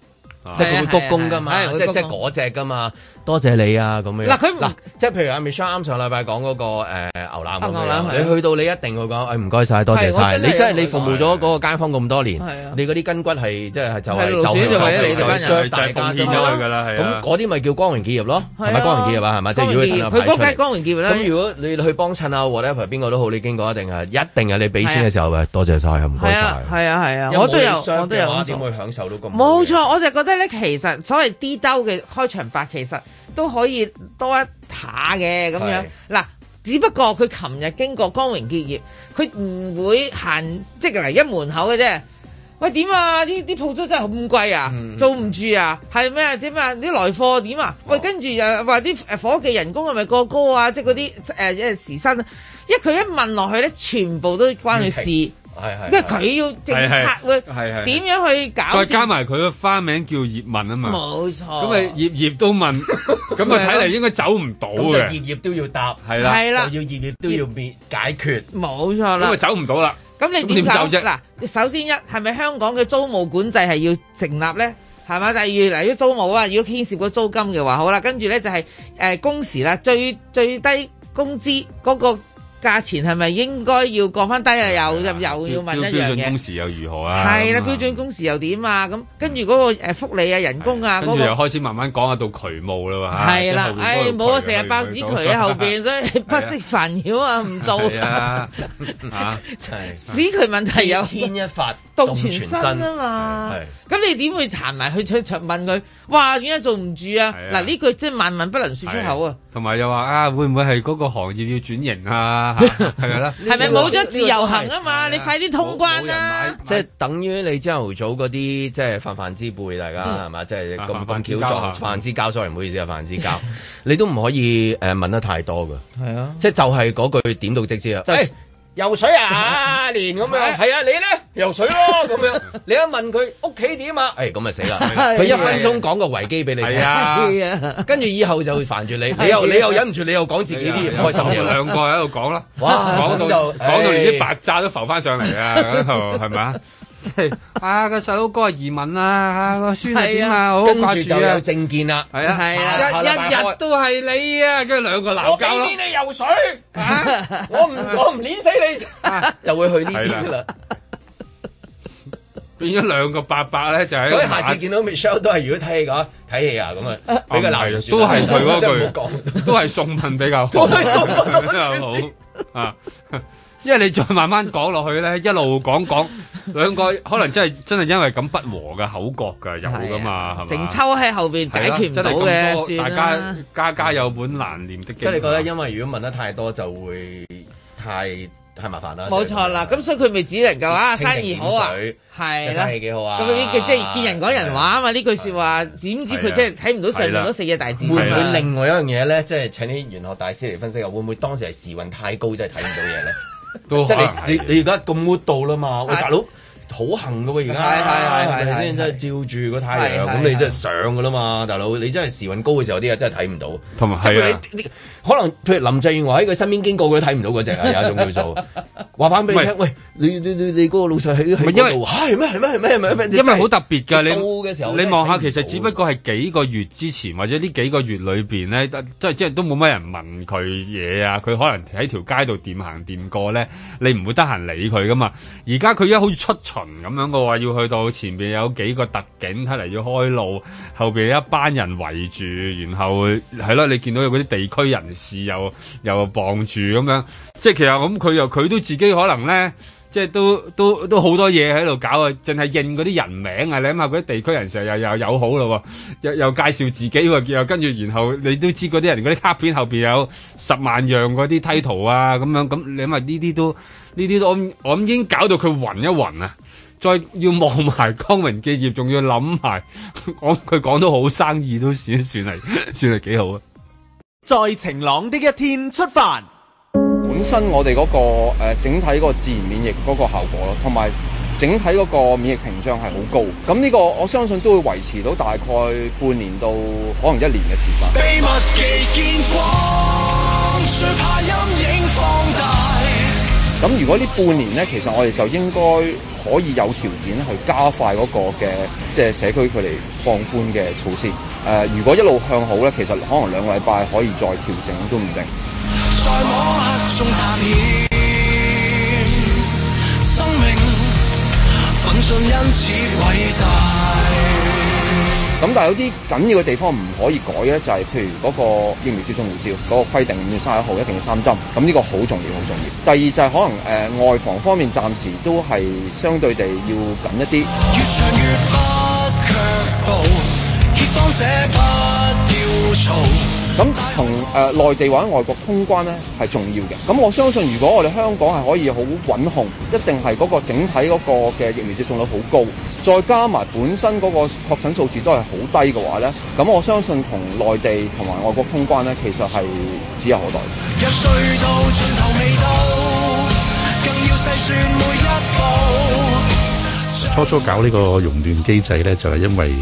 B: 即係佢會鞠躬噶嘛
I: 係啊係啊係啊，
B: 即係
I: 會鞠
B: 即係
I: 躬
B: 嗰只噶嘛，多謝你啊咁樣。
I: 嗱佢唔
B: 嗱，即係譬如阿 Michelle 啱上禮拜講嗰個誒牛腩
I: 啊牛腩
B: 咁
I: 係
B: 樣，你去到你一定會講哎誒唔該晒，多謝
I: 係我
B: 晒。
I: 真係
B: 你真係
I: 有
B: 你服務咗嗰個街坊咁多年
I: 係啊，
B: 你嗰啲筋骨係即係就係
I: 係
B: 就
I: 勞損就為咗你
B: 就
I: 哋班人
B: serve
I: 就係
B: 大家
I: 奉獻咗佢㗎啦係
B: 咁
I: 啊
B: 嗰啲咪叫光榮結業咯，係咪
D: 係啊
B: 光榮結業啊？係咪？即係如果
D: 光榮結業
B: 排
D: 佢嗰
B: 出嚟
D: 間光榮結業啦
B: 咁如果你去幫襯啊 whatever 邊個都好，你經過一定係一定係你俾錢嘅時候，喂多謝晒，唔該
D: 係
B: 晒
D: 啊。係啊係啊，
B: 因為
D: 我都有
B: 冇你 serve
D: 我都有
B: 嘅話
D: 咁
B: 點
D: 做
B: 會享受到咁好
D: 冇錯，我就覺得咧，其實所謂 D 兜嘅開場白，其實都可以多一下嘅咁樣
B: 係。
D: 嗱，只不過佢琴日經過光榮結業，佢唔會行即係嚟一門口嘅啫。喂，點啊？啲啲鋪租真係咁貴啊，
C: 嗯
D: 做唔住啊，係咩啊？點啊？啲來貨點啊？
C: 哦
D: 喂，跟住又話啲誒伙計人工係咪過高啊？即係嗰啲誒誒時薪啊，因為佢一問落去咧，全部都關佢事，因
B: 係係
D: 為佢要政策會
C: 係係
D: 點樣去搞掂。
C: 再加埋佢個花名叫葉問啊嘛，
D: 冇錯
C: 咁咪葉葉都 問，咁佢睇嚟應該走唔到
B: 咁就
C: 嘅，
B: 業業都要答，
C: 係啦係啦
B: 就要業業都要滅解決，
D: 冇錯
C: 咁
D: 啦
C: 咪。走唔到啦。
D: 咁你
C: 咁點
D: 點搞
C: 走啫
D: 嗱，首先一係咪香港嘅租務管制係要成立咧？係嘛？第二嗱，如果租務啊，如果牽涉個租金嘅話，好啦，跟住咧就係、呃工時啦，最最低工資嗰個價錢係咪應該要降翻低啊？又又又要問
C: 標
D: 一樣
C: 標準工
D: 嘢。
C: 時又如何啊？
D: 係啦，
C: 咁啊
D: 標準工時又點啊？咁跟住嗰個呃福利啊、人工啊，
C: 跟
D: 嗰
C: 住又
D: 個
C: 開始慢慢講下到渠務啦嘛。
D: 係啦
C: 即，係後
D: 唉，
C: 面嗰
D: 冇
C: 個
D: 啊，
C: 渠
D: 成日爆屎渠喺後邊， 所以不惜煩擾啊，唔做。
C: 係啊，嚇
D: 屎渠問題有
B: 牽啊一發
D: 動啊全身啊嘛
B: 係。
D: 咁你點會行埋去出出問佢？哇，點解做唔住啊？
C: 係啊
D: 嗱，呢句真係萬萬不能説出口啊！
C: 同埋又話啊，會唔會係嗰個行業要轉型啊？嚇係咪啦？
D: 係咪冇咗自由行啊嘛？你快啲通關啊啦！
B: 即係等於你朝頭早嗰啲即係泛泛之輩，大家
D: 嗯
B: 係嘛？即係
C: 啊
B: 咁
C: 泛泛之
B: 咁巧
C: 交
B: 撞
C: 啊
B: 泛之交，sorry 唔好意思啊，泛之交， 你都唔可以誒問得太多噶。
D: 係啊，哎
B: 即係就係嗰句點到即知啊！就係游水 啊，連咁樣係啊，你咧游水咯咁樣。你一問佢屋企點啊？誒咁啊死 啦！佢一分鐘講個維基俾你聽。
C: 係
D: à.
C: 啊
B: 跟住以後就會煩住你，你又你又忍唔住，你又講自
C: à.
B: 己啲唔開心嘢啦。
C: 兩個喺度講啦，
B: 哇
C: 講
B: 咁
C: 到
B: 就
C: 講到連
B: 唉
C: 啲白渣都浮翻上嚟啊！嗰度係咪啊？即係啊個細佬哥係移民啊啊，個孫係點啊，我好
B: 跟住
C: 掛
B: 就
C: 住
B: 有
C: 啊！
B: 政見啦，
C: 係啊
B: 係
C: 一一日都係你啊，跟住兩個鬧交咯
B: 我俾。面你游水， 啊我唔我唔碾死你，啊就會去呢啲啦。
C: 變咗兩個伯伯咧，就喺
B: 所以下次見到 Michelle 都係如果睇戲嘅話，睇戲啊咁啊，俾佢鬧完
C: 都
B: 算啦
C: 係佢嗰
B: 真係唔好講。
C: 句，都係送問比較好，
B: 都係送問
C: 比較好。啊！因為你再慢慢講落去咧，一路講講兩個，可能真係真係因為咁不和嘅口角㗎，有噶嘛，啊係嘛？
D: 成秋喺後邊解決唔到
C: 係啦，真
D: 嘅
C: 係咁多
D: 算
C: 大
D: 啦
C: 家。家家有本難念的經。
B: 即係你覺得，因為如果問得太多就會太太麻煩啦。
D: 冇錯啦，咁所以佢咪只能夠啊
B: 蜻蜓
D: 生意好啊
B: 點水，
D: 係
B: 即係
D: 啦，
B: 生意幾好啊
D: 咁呢句即係見人講人話啊嘛，呢句説話點知佢真係睇唔到上面嗰四隻大字啊
B: 會唔會
D: 嘛
B: 另外一樣嘢咧？即係請啲玄學大師嚟分析下，會唔會當時係時運太高，真係睇唔到嘢咧？
C: 都
B: 即
C: 可
B: 係
C: 能
B: 你
C: 係
B: 你你而家咁 mood 到啦嘛？喂，大佬好行噶喎，而家
D: 係係係
B: 係咪
D: 係
B: 先？
D: 係
B: 即係照住個太陽，
D: 係係
B: 咁你真係上噶啦嘛，大佬！你真係時運高嘅時候，啲嘢真係睇唔到。
C: 同埋
B: 即係
C: 係
B: 佢
C: 啊
B: 你你可能譬如林鄭月娥喺佢身邊經過，佢都睇唔到嗰隻啊，有一種叫做話翻俾你聽，喂，你你你你嗰個老細喺
C: 唔
B: 喺
C: 係因為
B: 嗰度，係咩係咩係咩係咩係咩？
C: 因為好特別㗎，
B: 到嘅時候
C: 你你望下，其實只不
B: 過
C: 過係幾個月之前或者呢幾個月裏邊咧，即係即係都冇乜人問佢嘢啊。佢可能喺條街度掂行掂過咧，你唔會得閒理佢噶嘛。而家佢而家好似出巡咁樣嘅話，要去到前邊有幾個特警，睇嚟要開路，後邊有一班人圍住，然後係咯，你見到有嗰啲地區人士又又傍住咁樣，即係其實咁佢又佢都自己可能咧。即係都都都好多嘢喺度搞啊！淨係認嗰啲人名啊，你諗下嗰啲地區人成日又又友好咯喎，又又介紹自己喎，又跟住然後你都知嗰啲人嗰啲卡片後邊有十萬樣嗰啲 title 啊咁樣，咁你諗下呢啲都呢啲都我諗我諗已經搞到佢暈一暈啊！再要望埋光榮基業，仲要諗埋，我諗佢講到好生意都算算係算係幾好啊！
E: 在晴朗的一天出發。
M: 本身我哋嗰、個、呃、整體個自然免疫嗰個效果咯，同埋整體嗰個免疫屏障係好高。咁呢個我相信都會維持到大概半年到可能一年嘅時間。
G: 秘密期見光，最怕陰影放大。
M: 咁如果呢半年呢，其實我哋就應該可以有條件去加快嗰個嘅即係社區距離放寬嘅措施。誒、如果一路向好呢，其實可能兩個禮拜可以再調整都唔定。
G: 在摸黑中探險，生命奮進因此偉大。
M: 咁但係有啲緊要嘅地方唔可以改咧，就係、譬如嗰個疫苗接種護照嗰、個規定，五月三十一號一定要三針，咁呢個好重要，好重要。第二就係可能誒、呃外防方面，暫時都係相對地要緊一啲。
G: 越唱越不卻步，協方者不要嘈。
M: 咁同誒內地或者外國通關咧係重要嘅。咁我相信，如果我哋香港係可以好穩控，一定係嗰個整體嗰個嘅疫苗接種率好高，再加埋本身嗰個確診數字都係好低嘅話咧，咁我相信同內地同埋外國通關咧，其實係指日可待。
G: 入隧道盡頭未到，更要細算每一步。
N: 初初搞呢個熔斷機制咧，就係、因為誒、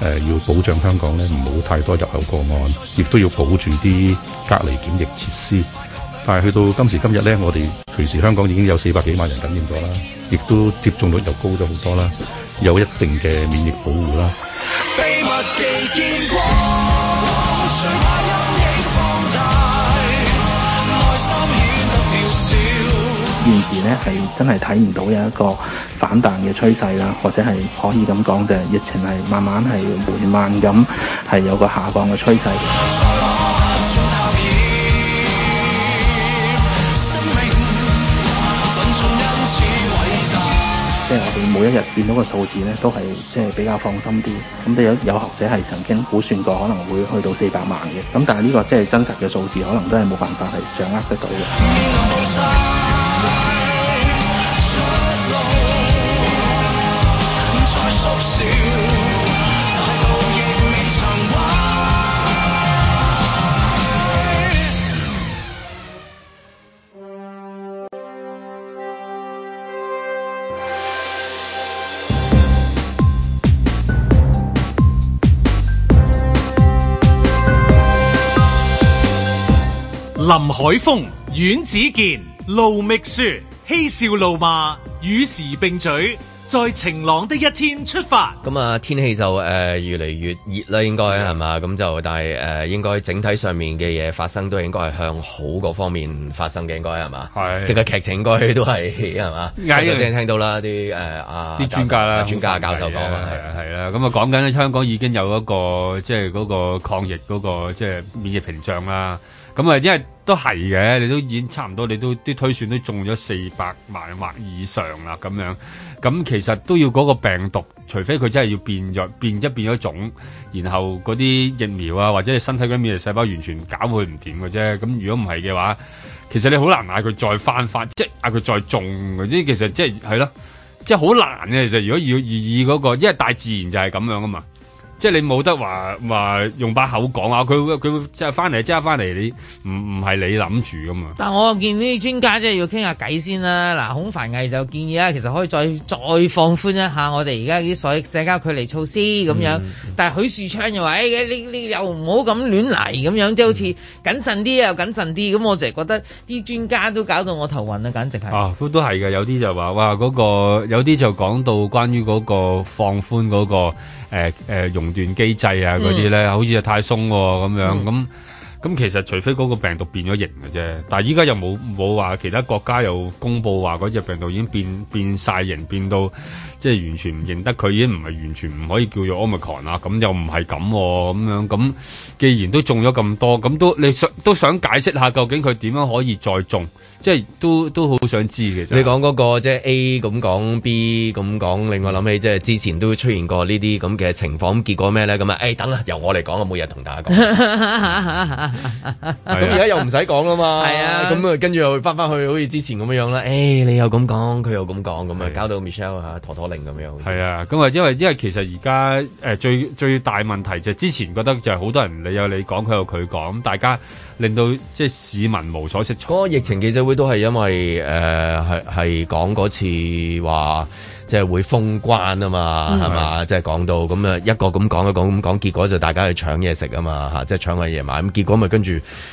N: 呃要保障香港咧唔好太多入口個案，亦都要保住啲隔離檢疫設施。但係去到今時今日咧，我哋隨時香港已經有四百幾萬人感染咗啦，亦都接種率又高咗好多啦，有一定嘅免疫保護啦。
G: 秘密地見光，最怕陰影放大，內心顯得渺小。
O: 現時咧係真係睇唔到有一個反彈嘅趨勢啦，或者係可以咁講就係疫情係慢慢係緩慢咁係有個下降嘅趨勢。即係我哋每一日見到個數字咧，都係即係比較放心啲。咁有有學者係曾經估算過可能會去到四百萬嘅，咁但係呢個即係真實嘅數字，可能都係冇辦法係掌握得到嘅。
A: 林海峰、阮子健、盧覓雪，嬉笑怒罵，與時並舉，在晴朗的一天出發。
B: 咁啊，天氣就誒、呃越嚟越熱啦，應該係嘛？咁就但係誒、呃，應該整體上面嘅嘢發生都應該係向好嗰方面發生嘅，應該係嘛？係即係個劇情應該都係 係嘛？
C: 啱
B: 頭先聽到啦，啲誒啊
C: 啲專家啦，
B: 專家教授講
C: 係
B: 啊
C: 啊，係啊係啦。咁啊，講緊咧，香港已經有一個即係嗰個抗疫嗰個即係免疫屏障啦。咁啊，因為都係嘅，你都已經差唔多，你都啲推算都中咗四百萬或以上啦，咁樣。咁其實都要嗰個病毒，除非佢真係要變咗變一變咗種，然後嗰啲疫苗啊或者你身體嗰啲免疫細胞完全搞佢唔掂嘅啫。咁如果唔係嘅話，其實你好難嗌佢再翻發，即係嗌佢再中嘅。即係其實即係係咯，即係好難嘅。其實如果要以以嗰個，因為大自然就係咁樣啊嘛。即係你冇得話話用把口講啊！佢會佢會即係翻嚟，即刻翻嚟，你唔唔係你諗住噶嘛？
D: 但我見呢啲專家真係要傾下偈先啦。嗱，孔繁毅就建議啦，啊其實可以再再放寬一下我哋而家啲所社交距離措施咁
B: 嗯
D: 樣。但係許樹昌又話：，誒、你你又唔好咁亂嚟咁樣，即係好
B: 嗯
D: 似謹慎啲又謹慎啲。咁我就係覺得啲專家都搞到我頭暈啊，簡直係。
C: 啊，都都係嘅，有啲就話哇嗰、個，有啲就講到關於嗰個放寬嗰、個誒、呃呃熔斷機制啊嗰啲咧，
P: 嗯
C: 好似就太鬆喎咁樣咁。
P: 嗯
C: 咁其實除非嗰個病毒變咗形嘅啫，但係依家又冇冇話其他國家又公佈話嗰只病毒已經變變曬形，變到即係完全唔認得佢，已經唔係完全唔可以叫做 omicron 啦。咁又唔係咁喎咁樣咁，既然都中咗咁多，咁都你想都想解釋下究竟佢點樣可以再中，即係都都好想知嘅。
B: 你講嗰、個即係 A 咁講，B 咁講，令我諗起即係之前都出現過呢啲咁嘅情況，咁結果咩咧？咁啊，誒、等啦，由我嚟講啊，每日同大家講。
C: 啊
B: 啊
D: 啊
B: 咁而家又唔使講啦嘛，係啊，咁啊跟住又翻翻去好似之前咁樣樣啦，誒、你又咁講，佢又咁講，咁啊搞到 Michelle 啊陀陀令咁樣，
C: 係啊，咁啊，因為因為其實而家誒最最大問題就係之前覺得就係好多人你有你講，佢有佢講，咁大家令到即係市民無所適從。
B: 嗰個疫情記者會都係因為誒係係講嗰次話。即係會封關啊嘛，
I: 嗯
B: 係嘛？即係講到咁啊，一個咁講，一個咁講，結果就大家去搶嘢食啊嘛，嚇！即係搶下嘢買，咁結果咪跟住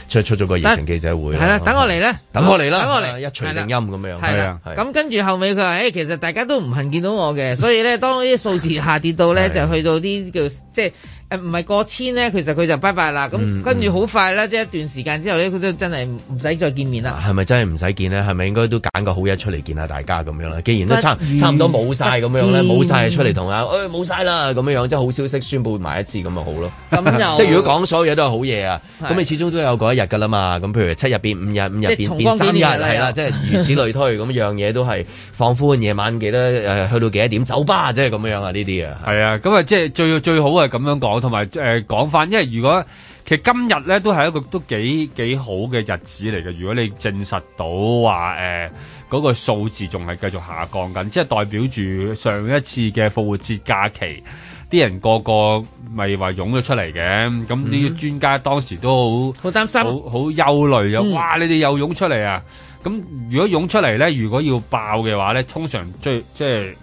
B: 出出咗個疫情記者會。啊
D: 係啦，等我嚟啦，
B: 等我嚟啦，
D: 等我
B: 啊
D: 嚟，
B: 一
D: 除
B: 錘定音咁樣。
D: 係啦，
C: 啊
D: 咁跟住後尾佢話：，誒，哎其實大家都唔恨見到我 嘅，所以咧，當啲數字下跌到咧，就去到啲叫即係誒唔係過千咧，其實佢就拜拜啦。
B: 嗯
D: 咁跟住好快啦，即係一段時間之後咧，佢都真係唔使再見面啦。
B: 啊係咪真係唔使見呢？係咪應該都揀個好日出嚟見下大家咁樣啦？既然都
D: 不
B: 差
D: 如
B: 差唔多冇晒咁樣咧，
D: 不如
B: 冇晒就出嚟同啊，誒冇晒啦咁樣樣，即係好消息宣佈埋一次咁咪好咯。
D: 咁 又
B: 即係如果講所有嘢都係好嘢啊，咁
D: 係
B: 你始終都有嗰一日㗎啦嘛。咁譬如七日變五日，五日
D: 即係
B: 變
D: 重
B: 變
D: 光
B: 三
D: 幾
B: 日，
D: 年啦
B: 係啦，
D: 又
B: 即係如此類推，咁樣嘢都係放寬夜晚幾多誒去到幾多點酒吧，即係咁樣啊呢啲啊。
C: 係啊，咁啊，即係最最好係咁樣講，同埋誒講翻，因為如果其實今日咧都係一個都幾幾好嘅日子嚟嘅。如果你證實到話誒嗰個數字仲係繼續下降緊，即係代表住上一次嘅復活節假期。啲人個個咪話湧咗出嚟嘅，咁呢個專家當時都好
D: 好擔嗯心，嗯
C: 好好憂慮啊！哇，你哋又湧出嚟啊！咁如果湧出嚟咧，如果要爆嘅話咧，通常最即係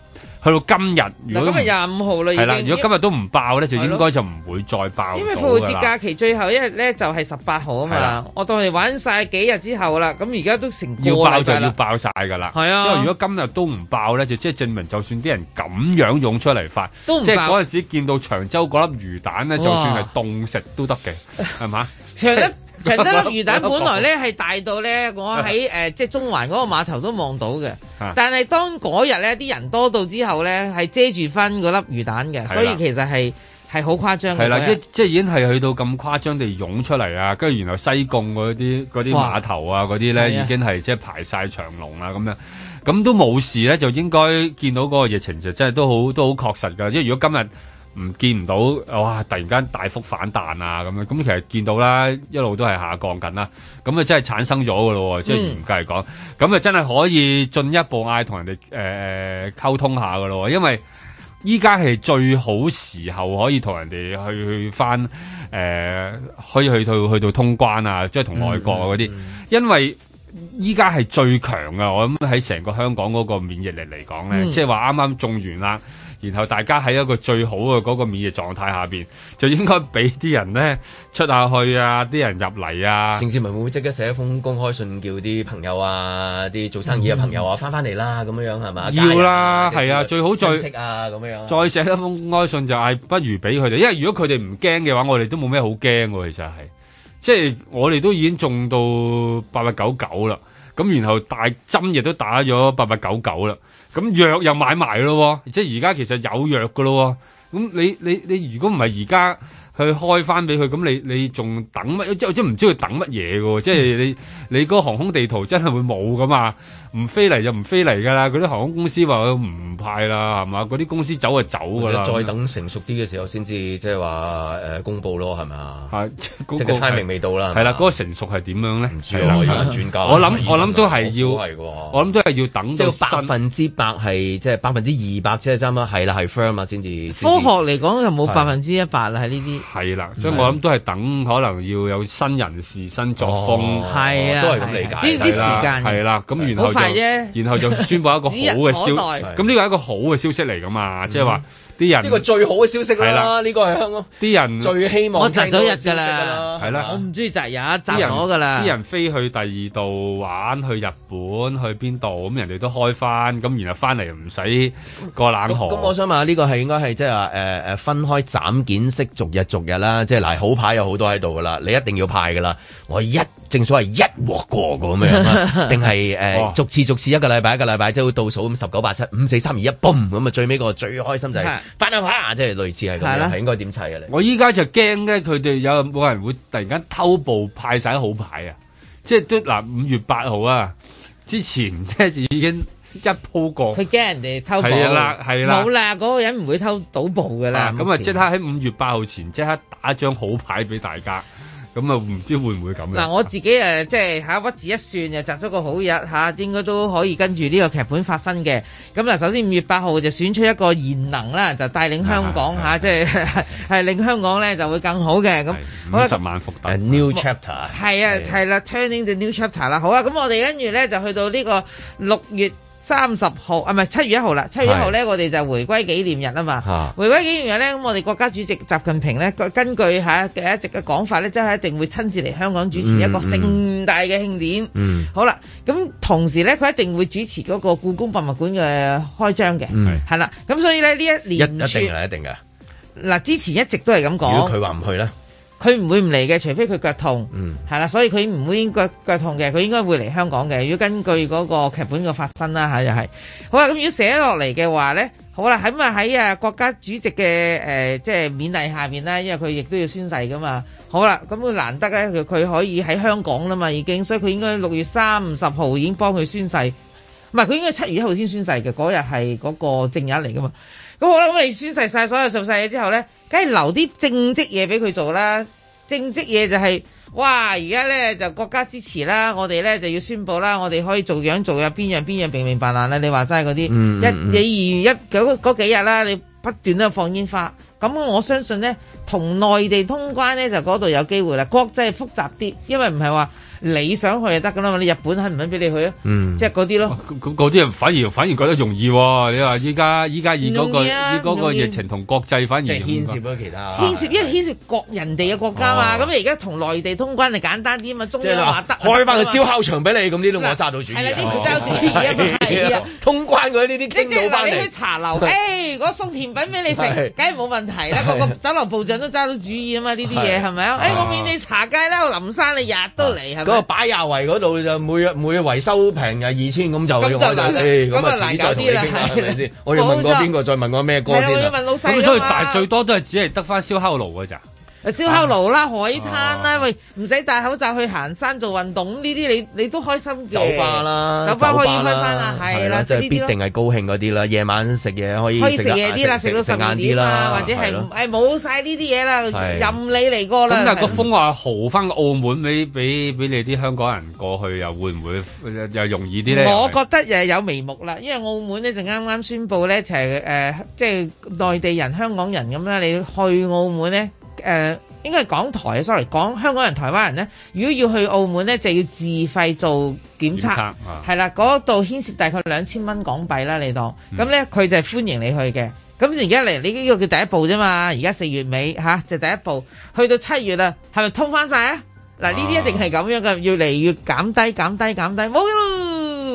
C: 去到今日，如
D: 嗱，
C: 果
D: 啊今日廿五號啦，已
C: 係啦，
D: 經
C: 如果今日都唔爆咧，就
D: 係咯
C: 應該就唔會再爆
D: 因為
C: 到
D: 復活
C: 㗎
D: 節
C: 啦
D: 假期最後一日咧就係十八號啊
C: 係
D: 嘛
C: 啦，
D: 我當你玩晒幾日之後啦，咁而家都成個
C: 要爆
D: 禮
C: 就
D: 拜
C: 要
D: 啦，
C: 爆晒㗎啦。
D: 係啊
C: 即係如果今日都唔爆咧，就即係證明就算啲人咁樣湧出嚟發，
D: 都唔
C: 即係
D: 爆
C: 嗰陣時見到長洲嗰粒魚蛋咧，就算係凍食都得嘅，係嘛？
D: 長得 長洲粒魚蛋本來咧係大到咧，我喺誒、呃即係中環嗰個碼頭都望到嘅
C: 啊。
D: 但係當嗰日咧啲人多到之後咧，係遮住翻嗰粒魚蛋嘅，所以其實係係好誇張嘅。
C: 係啦，
D: 嗰日
C: 即即係已經係去到咁誇張地湧出嚟啊！跟住原來西貢嗰啲嗰啲
D: 哇
C: 碼頭啊，嗰啲
D: 係啊
C: 咧已經係即係排晒長龍啦咁樣。咁都冇事咧，就應該見到嗰個疫情就真係都好都好確實㗎。即係如果今日唔見唔到，哇！突然間大幅反彈啊咁樣，咁其實見到啦，一路都係下降緊啦。咁啊真係產生咗㗎咯喎，即係
P: 嗯
C: 嚴格嚟講，咁啊真係可以進一步嗌同人哋誒溝通下㗎咯喎，因為。依家係最好時候可以同人哋去去翻誒、呃可以去到去到通關啊，即係同外國啊嗰啲，因為依家係最強啊！我諗喺成個香港嗰個免疫力嚟講咧，
P: 嗯
C: 即係話啱啱中完啦，然後大家喺一個最好嘅嗰個免疫狀態下邊，就應該俾啲人咧出下去啊，啲人入嚟啊，
B: 城市民會唔會即刻寫一封公開信叫啲朋友啊、啲做生意嘅朋友啊翻翻嚟啦咁樣樣係嘛？
C: 嗯要啦，
B: 家人
C: 係啊，最好再
B: 親戚啊咁樣樣。
C: 再寫一封哀信就嗌，不如俾佢哋，因為如果佢哋唔驚嘅話，我哋都冇咩好驚喎。其實係，即係我哋都已經中到八八九九啦，咁然後大針亦都打咗八八九九啦，咁藥又買埋咯喎，即係而家其實有藥噶咯喎，咁你你你如果唔係而家去開翻俾佢，咁你你仲等乜？即即唔知佢等乜嘢嘅喎，即係你你嗰個航空地圖真係會冇噶嘛？唔飛嚟就唔飛嚟㗎啦，嗰啲航空公司話佢唔派啦，係嘛？嗰啲公司走就走㗎啦。
B: 再等成熟啲嘅時候先至即係話誒公佈咯，係咪啊？
C: 係，
B: 即係 timing 未到啦。
C: 係啦，嗰個成熟係點樣咧？唔
B: 知啊喎有人轉交
C: 我諗
B: 醫生
C: 我諗都係要，
B: 都係喎
C: 我諗都係要等
B: 即
C: 到
B: 係百分之百係即係百分之二百即係差唔多係啦，係 firm 啊先至。
D: 科學嚟講又冇
C: 係
D: 百分之一百啦，喺呢啲
C: 係啦，所以我諗都係等可能要有新人士、新作風，
D: 哦係啊都係咁理解呢啲時間
C: 係啦。咁然後就
D: 好快啫
C: 然後就宣佈一個好嘅消，
B: 指日可待
C: 咁呢個係一個好嘅消息嚟㗎嘛，
D: 嗯
C: 即係話啲人
B: 呢個最好嘅消息
C: 係
B: 啦，
C: 啦
B: 呢個係香港
C: 啲人
B: 最希望
D: 我擲咗日
B: 聽到
D: 㗎
B: 嘅消息㗎
D: 啦，
C: 係啦
D: 我唔中意擲日，
C: 啲
D: 擲
C: 人
D: 咗㗎啦
C: 啲。人飛去第二度玩，去日本，去邊度咁人哋都開翻，咁然後翻嚟唔使過冷河。
B: 咁我想問下，呢個係應該係即係話誒誒分開斬件式逐日逐日啦，即係嗱好牌有好多喺度噶啦，你一定要派噶啦，我一正所謂一鑊過咁樣 啦，定係
C: 哦
B: 誒逐次逐次一個禮拜一個禮拜，即係會倒數咁十九八七五四三二一嘣咁啊，最尾個最開心就係
C: 係
B: 翻下下，啊即係類似係咁
C: 係
B: 樣，
C: 啦
B: 係應該點砌嘅啊你？
C: 我依家就驚咧，佢哋有冇人會突然間偷步派晒好牌啊！即係都嗱，五月八號啊，之前咧就已經一鋪過。
D: 佢驚人哋偷步，
C: 係啦係啦
D: 冇啦，嗰個人唔會偷賭步㗎啦。
C: 啊咁啊，即刻喺五月八號前即刻打一張好牌俾大家，咁啊唔知會唔會咁樣？
D: 嗱，我自己誒即係嚇屈指一算，就擲咗個好日嚇，應該都可以跟住呢個劇本發生嘅。咁嗱，首先五月八號就選出一個賢能啦，就帶領香港
C: 啊
D: 嚇，即係係令香港咧就會更好嘅。咁好
C: 五
D: 啦
C: 十，萬伏特
B: New chapter
D: 係啊，係啦，turning the new chapter 啦。好啦，啊咁我哋跟住咧就去到呢個六月三十號，啊唔係七月一號啦。七月一號咧，我哋就回歸紀念日啊嘛
G: 啊。
D: 回歸紀念日咧，咁我哋國家主席習近平咧，佢根據嚇嘅一直嘅講法咧，真係一定會親自嚟香港主持一個
G: 嗯
D: 盛大嘅慶典。
G: 嗯
D: 好啦，咁同時咧，佢一定會主持嗰個故宮博物館嘅開張嘅，
B: 嗯
D: 係啦。咁所以咧呢一
B: 一一定
D: 連串
B: 係一定嘅。
D: 嗱，之前一直都係咁
B: 如果佢
D: 講，
B: 話唔去咧，
D: 佢唔會唔嚟嘅，除非佢腳痛。
B: 嗯，
D: 係啦，所以佢唔會腳腳痛嘅，佢應該會嚟香港嘅。如果根據嗰個劇本嘅發生啦嚇，又係好啦。咁如果寫落嚟嘅話咧，好啦，咁啊喺啊國家主席嘅誒、呃即係勉勵下面啦，因為佢亦都要宣誓噶嘛。好啦，咁佢難得咧，佢佢可以喺香港啦嘛，已經，所以佢應該六月三十號已經幫佢宣誓，唔係佢應該七月一號先宣誓嘅，嗰日係嗰個正日嚟噶嘛。咁好啦，咁你宣誓晒所有上晒嘢之後咧，梗係留啲正職嘢俾佢做啦。正職嘢就係、哇！而家咧就國家支持啦，我哋咧就要宣佈啦，我哋可以做樣做樣，邊樣邊樣明明白白啦。你話齋嗰啲
G: 嗯嗯
D: 一、二、一嗰嗰幾日啦，你不斷都有放煙花。咁我相信咧，同內地通關咧就嗰度有機會啦。國際複雜啲，因為唔係話你想去就得噶啦嘛。你日本肯唔肯俾你去啊？
C: 嗯
D: 即係嗰啲咯。
C: 咁嗰啲人反而反而覺得容易喎、你話依家依家以嗰、個
D: 容
C: 以
D: 易啊
C: 嗰個
D: 容易
C: 疫情同國際反而
B: 即係牽涉咗其他。
D: 牽涉因為牽涉國人哋嘅國家嘛，
B: 啊哦
D: 咁你而家同內地通關就簡單啲啊嘛，中
B: 即係
D: 央話
B: 話
D: 得
B: 開翻個燒
D: 啊
B: 烤場俾你，咁呢度我揸到主意啊。
D: 係啦呢個揸主意啊 嘛係啊
B: 通關嗰啲呢啲
D: 你即
B: 傾
D: 係
B: 到
D: 話
B: 翻
D: 你
B: 嚟。
D: 去茶樓，誒，我送甜品俾你食，
B: 係
D: 梗係冇問題啦。
B: 係
D: 個個酒樓部長都揸到主意啊嘛，呢啲
B: 係
D: 嘢
B: 哦
D: 係咪啊？誒，我免你茶街啦，我林生你日都嚟
B: 嗰
D: 係
B: 個
D: 咪？
B: 擺廿圍嗰度就每日每日維修平啊二千咁就
D: 咁就
B: 我就
D: 難啦
B: 誒咁
D: 咁
B: 啊
D: 啊
B: 遲啲
D: 難
B: 再
D: 搞
B: 同
D: 啲
B: 你
D: 啦
B: 傾啦，係咪先？我要
D: 冇
B: 問過
D: 錯
B: 邊個，再問過咩歌
D: 係啦啊
B: 先啊
D: 我要
B: 啦
D: 問老細
C: 咁所以
D: 㗎嘛
C: 但係最多都係只係得翻燒烤爐㗎咋。
D: 燒烤爐
B: 啊
D: 啦、海灘
B: 哦
D: 啦，喂，唔使戴口罩去行山做運動，呢啲你你都開心嘅。
B: 酒吧啦，
D: 酒吧可以開翻啦，係啦，
B: 即係
D: 呢
B: 必
D: 啲咯
B: 定係高興嗰啲啦。夜晚食啊嘢可以
D: 可以食
B: 得
D: 嘢啲啦，食到十
B: 晏
D: 二
B: 啲
D: 點啊，
B: 啦，
D: 或者
B: 係
D: 係
B: 咯
D: 誒冇晒呢啲嘢啦，
C: 係
D: 任你嚟過啦啊
C: 咁。但係個
D: 係
C: 風話豪翻個澳門俾俾俾你啲香港人過去，又會唔會又又容易啲咧？
D: 我覺得誒有眉目啦，因為澳門咧就啱啱宣布咧，就係誒即係內地人、香港人咁啦，你去澳門咧誒、呃、應該係港台啊，sorry，港香港人、台灣人咧，如果要去澳門咧，就要自費做
G: 檢
D: 檢
G: 測
D: 測
G: 啊，
D: 係啦，嗰度牽涉大概兩千蚊港幣啦，你當咁咧佢就係歡迎你去嘅。咁而家嚟，你呢個叫第一步啫嘛。而家四月尾吓、就第一步，去到七月啦，係咪通翻晒啊？嗱，呢啲一定係咁樣嘅，越嚟越減低、減低、減低，冇㗎咯。 ，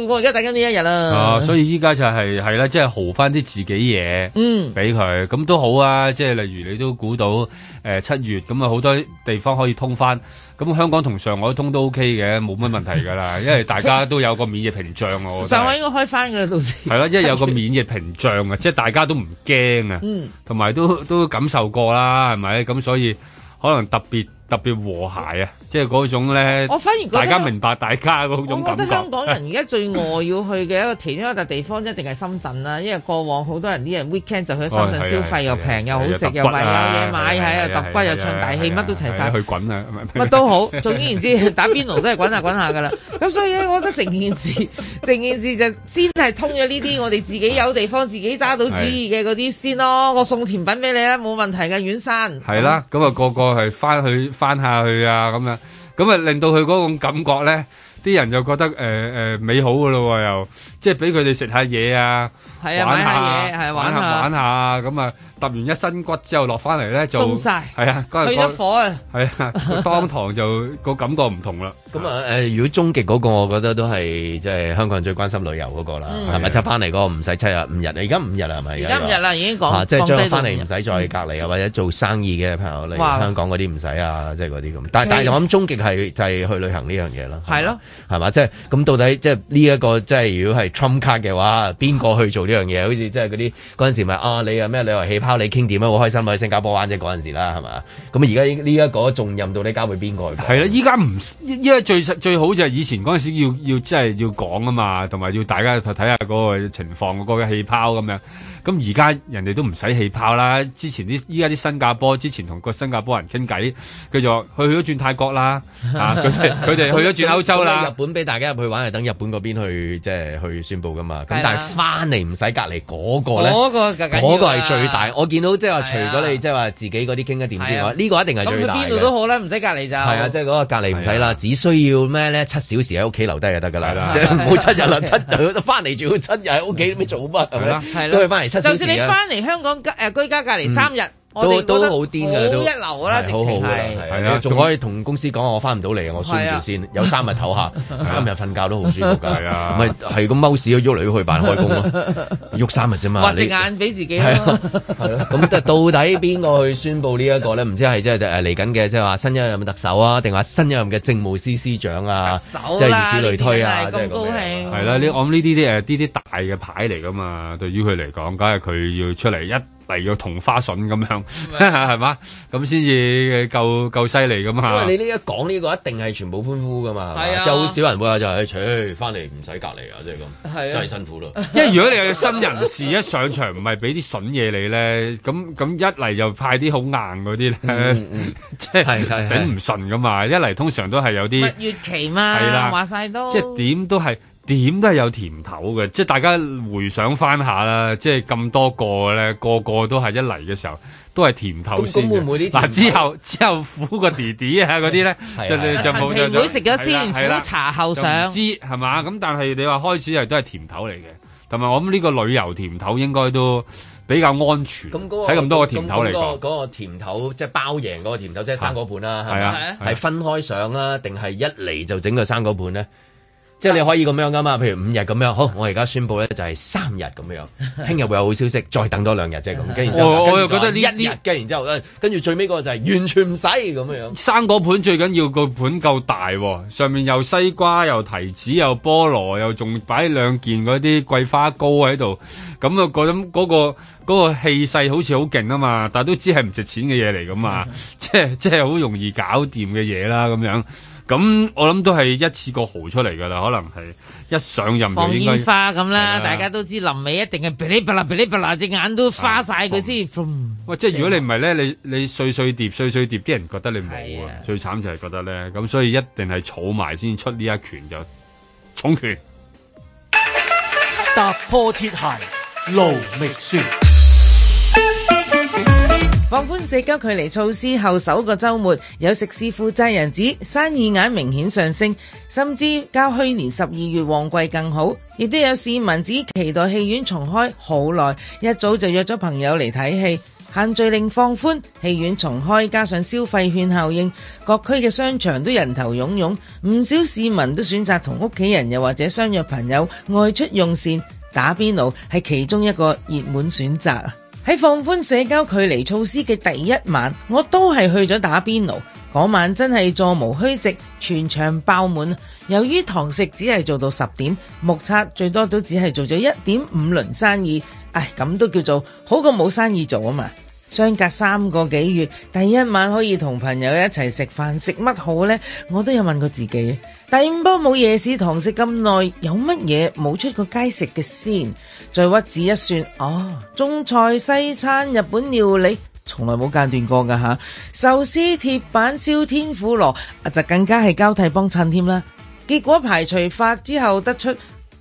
D: 我而家等緊呢一日啦
C: 啊，。所以依家就係係啦，即係豪翻啲自己嘢，
D: 嗯
C: 俾佢咁都好啊！即係例如你都估到誒七、月咁啊，好多地方可以通翻，咁香港同上海通都 OK 嘅，冇乜問題 㗎啦，因為大家都有個免疫屏障我覺得
D: 上海應該開翻㗎啦，到時
C: 係啦，因為有個免疫屏 障啊，即係大家都唔驚啊，
D: 嗯
C: 同埋都都感受過啦，係咪？咁所以可能特別特別和諧啊，即係嗰種咧，
D: 我反而覺得
C: 大家明白大家嗰種
D: 我覺
C: 感
D: 得香港
C: 覺。
D: 人而家最餓要去嘅一個其中一笪地方，一定係深圳啦。因為過往好多人啲人 weekend 就去深
C: 哦係
D: 圳
C: 啊
D: 消費，又
C: 係啊
D: 平又好食，
C: 係啊
D: 又咪有
C: 揼
D: 嘢買，
C: 骨啊
D: 係啊，
C: 係啊
D: 揼骨又
C: 係啊
D: 唱大戲，
C: 係啊
D: 乜都齊
C: 係啊
D: 晒
C: 去。滾啊！
D: 乜都好，總言之，打邊爐都係滾下滾下噶啦。咁所以咧，我覺得成件事， 成件事就先係通咗呢啲我哋自己有地方自己揸到主意嘅嗰啲先咯。我送甜品俾你啦，冇問題嘅，遠山。
C: 係啦，咁啊個個係翻去翻下去啊咁樣，咁啊令到佢嗰種感覺咧，啲人就覺得誒誒、呃美好噶咯喎，又即係俾佢哋食下嘢啊，
D: 係啊
C: 玩
D: 買下嘢係
C: 玩
D: 玩
C: 下
D: 下
C: 玩下啊咁啊揼完一身骨之後落翻嚟咧就
D: 鬆晒
C: 係啊，嗰日
D: 去咗火啊！
C: 係啊，當堂就個感覺唔同啦。
B: 咁啊誒，如果終極嗰個，我覺得都係即係香港人最關心旅遊嗰個啦，
D: 嗯
B: 係咪？七翻嚟嗰個唔使七日五日啊，而家五日啦，係咪？
D: 而家五日啦已經講
B: 啊即係
D: 降低到
B: 將翻嚟
D: 五日
B: 唔使再隔離啊，或者做生意嘅朋友，例如
D: 哇
B: 香港嗰啲唔使啊，即係嗰啲咁。但係但係
D: 嗯
B: 我諗終極係就係去旅行呢樣嘢啦。
D: 係咯，
B: 係嘛？即係咁到底即係呢一個即係如果係 Trump 卡嘅話，邊個去做呢樣嘢？好似即係嗰啲嗰陣時咪啊，你啊咩旅遊氣泡，你傾點啊，好開心啊，去新加坡灣啫嗰陣時啦，係嘛？咁而家呢一個重任到底交俾邊個去講？
C: 係啦，依家唔依依家最實最好就係以前嗰陣時要要即係要講啊嘛，同埋要大家睇下嗰個情況嗰、個氣泡咁樣。咁而家人哋都唔使氣泡啦。之前啲依家啲新加坡，之前同個新加坡人傾偈，佢就話去咗轉泰國 啦，啊佢哋佢哋去咗轉歐洲
B: 咁
C: 啦
B: 日。本俾大家入去玩係等日本嗰邊去即係去宣佈噶嘛。
C: 係
B: 咁
C: 啦
B: 但係翻嚟唔使隔離嗰個咧，
D: 嗰個緊要啊啊
B: 嗰個係最大。我見到即係話，除咗你即係話自己嗰啲傾得點之
D: 係
B: 外
D: 啊，
B: 呢個一定係
D: 咁去
B: 最大
D: 邊度都
B: 嘅。
D: 好啦，唔使隔離就
B: 係啊，即係嗰個隔離唔使啦，只需要咩咧？七小時喺屋企留低就得㗎啦，即係唔好七日啦，七日翻嚟仲要七日喺屋企，咩做乜係
D: 係啦
B: 咪？都係翻嚟七小
D: 就算你
B: 時啊，
D: 翻嚟香港誒居家隔離三日，我
B: 都
D: 哋
B: 都
D: 覺得
B: 好癲㗎，都
D: 好一流啦，
B: 係
D: 直
B: 好好㗎
D: 情
B: 啦
D: 係。
B: 係
C: 係
B: 啊，
C: 啊
B: 仲可以同公司講話我翻唔到嚟啊，我
D: 係
B: 宣
D: 啊
B: 住先，有三日唞 下，三日瞓覺都好舒服㗎，
C: 係啊
B: 咪係咁踎屎喐嚟喐去扮開工咯。 喐三日啫嘛，
D: 畫隻
B: 你
D: 眼俾自己
B: 係啊
D: 咯。
B: 咁但到底邊個去宣佈呢一個咧？唔知係即係誒嚟緊嘅，即係話新一任特首啊，定話新一任嘅政務司司長啊，
D: 首
B: 即係
D: 啦
B: 如此類推啊，
D: 呢
B: 即係
D: 啲真係咁高
B: 咁樣。
D: 興。
C: 係啦，呢我諗呢啲啲誒呢啲大嘅牌嚟噶嘛，對於佢嚟講，梗係佢要出嚟一嚟要同花順咁樣， 係嘛，咁先至夠夠犀利噶嘛。
B: 啊因為你呢一講呢個一定係全部歡呼噶嘛，係
C: 係
B: 嘛
C: 啊
B: 即係好少人會話就係，切翻嚟唔使隔離啊，即係
C: 係
B: 咁，
C: 啊
B: 真係辛苦咯。
C: 因為如果你有新人士一上場，唔係俾啲筍嘢你咧，咁咁一嚟就派啲好硬嗰啲
B: 嗯
C: 咧， 即係
B: 係
C: 頂唔順噶嘛。一嚟通常都係有啲，
D: 蜜月期嘛
C: 係啦，
D: 話晒都
C: 即係點都係點都係有甜頭嘅。即係大家回想翻下啦，即係咁多個咧，個個都係一嚟嘅時候都係甜頭
B: 咁
C: 先
B: 咁
C: 嘅。
B: 會唔會啲
C: 嗱
B: 甜
C: 之
B: 頭
C: 後之後苦個弟弟啊嗰啲咧，
B: 係
C: 就
B: 係係
C: 就冇
D: 陳皮妹食咗先
C: 係啦
D: 苦茶後
C: 就唔
D: 上
C: 知嗯係嘛？咁但係你話開始係都係甜頭嚟嘅，同埋我諗呢個旅遊甜頭應該都比較安全。
B: 咁嗰個
C: 啊喺咁多個甜頭嚟
B: 咁嗰
C: 講，
B: 個嗰個甜頭即係包贏嗰個甜頭，即係生果盤啦，係
C: 係啊
B: 咪？
C: 係啊
B: 係分開上啦，定係一嚟就整個生果盤咧？即係你可以咁樣噶嘛，譬如五日咁樣，好，我而家宣布咧就係三日咁樣，聽日會有好消息，再等多兩日啫咁，跟住然之後，
C: 我我又
B: 跟住就
C: 覺得呢
B: 一日，跟住然之後，跟住最尾嗰個就係完全唔使咁樣。
C: 生果盤最緊要個盤夠大喎，上面又西瓜又提子又菠蘿，又仲擺兩件嗰啲桂花糕喺度，咁啊嗰種嗰個嗰、個氣勢好似好勁啊嘛，但係都知係唔值錢嘅嘢嚟噶 嘛，即係即係好容易搞掂嘅嘢啦咁樣。咁我諗都係一次過豪出嚟㗎啦，可能係一上任
D: 放
C: 就應該
D: 煙花咁啦，
C: 係
D: 大家都知臨尾一定係噼里啪啦噼里啪啦，隻眼都花晒佢
C: 啊
D: 先。
C: 喂，即係如果你唔係咧，你你碎碎碟碎碎碟，啲人覺得你冇啊，最慘就係覺得咧，咁所以一定係儲埋先出呢一拳就重拳。
A: 踏破鐵鞋路未雪。
D: 放寬社交距離措施後首個週末，有食肆負責人指生意額明顯上升，甚至較去年十二月旺季更好。亦都有市民指期待戲院重開好耐，一早就約咗朋友嚟睇戲。限聚令放寬，戲院重開，加上消費券效應，各區嘅商場都人頭湧湧，唔少市民都選擇同屋企人又或者相約朋友外出用膳，打邊爐係其中一個熱門選擇。喺放寬社交距離措施嘅第一晚，我都係去咗打邊爐。嗰晚真係座無虛席，全場爆滿。由於堂食只係做到十點，目測最多都只係做咗一點五輪生意。唉，咁都叫做好過冇生意做啊嘛！相隔三個幾月，第一晚可以同朋友一齊食飯，食乜好呢？我都有問過自己。第五波冇夜市堂食咁耐，有乜嘢冇出過街食嘅先？再屈指一算，哦，中菜、西餐、日本料理。從來冇間斷過㗎吓，壽司、鐵板燒、天婦羅啊，就更加係交替幫襯添啦。結果排除法之後得出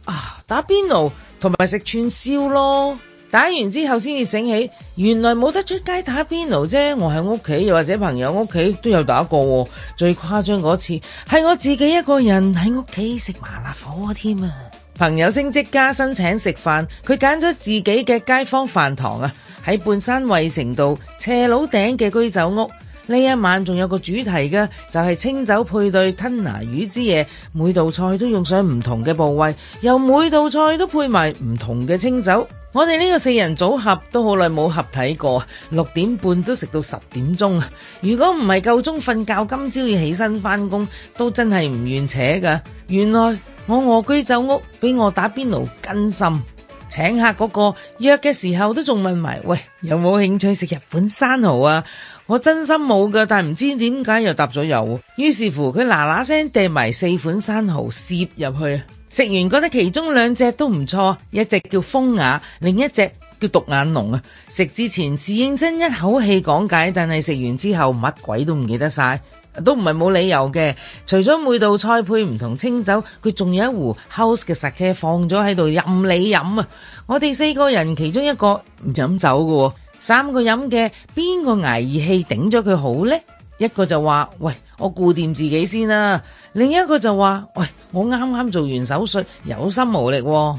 D: 啊，打邊爐同埋食串燒咯。打完之後先至醒起，原來冇得出街打邊爐啫。我喺屋企又或者朋友屋企都有打過喎。最誇張嗰次係我自己一個人喺屋企食麻辣火鍋添啊！朋友升職加薪請食飯，佢揀咗自己嘅街坊飯堂啊，喺半山惠城道斜佬頂嘅居酒屋。呢一晚仲有個主題嘅，就係、清酒配對吞拿魚之夜，每道菜都用上唔同嘅部位，又每道菜都配埋唔同嘅清酒。我哋呢個四人組合都好耐冇合體過，六點半都食到十點鐘啊！如果唔係夠鐘瞓覺，今朝要起身返工，都真係唔願扯㗎。原來我蝸居酒屋比我打邊爐更深。請客嗰個約嘅時候都仲問埋，喂，有冇興趣食日本生蠔啊？我真心冇㗎，但唔知點解又答咗有。於是乎佢嗱嗱聲掟埋四款生蠔攝入去，啊食完覺得其中兩隻都唔錯，一隻叫風雅，另一隻叫獨眼龍啊。食之前侍應生一口氣講解，但係食完之後乜鬼都唔記得晒。都唔係冇理由嘅，除咗每道菜配唔同清酒，佢仲有一壺 house 嘅 sake 放咗喺度任你飲啊！我哋四個人其中一個唔飲酒嘅喎，三個飲嘅邊個捱義氣頂咗佢好呢？一個就話：喂，我顧掂自己先啦；另一個就話：喂，我啱啱做完手術，有心無力喎。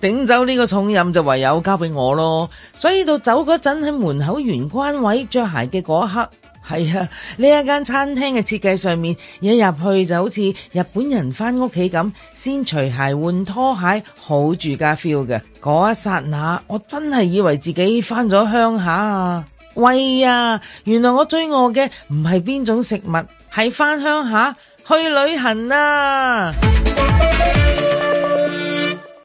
D: 頂走呢個重任就唯有交俾我咯，所以到走嗰陣喺門口玄關位着鞋嘅嗰一刻，係啊，呢一間餐廳嘅設計上面，一入去就好似日本人返屋企咁，先除鞋換拖鞋，好住家 feel 嘅。嗰一剎那，我真係以為自己返咗鄉下啊！喂呀，原來我追餓嘅唔係邊種食物，係返鄉下去旅行啊！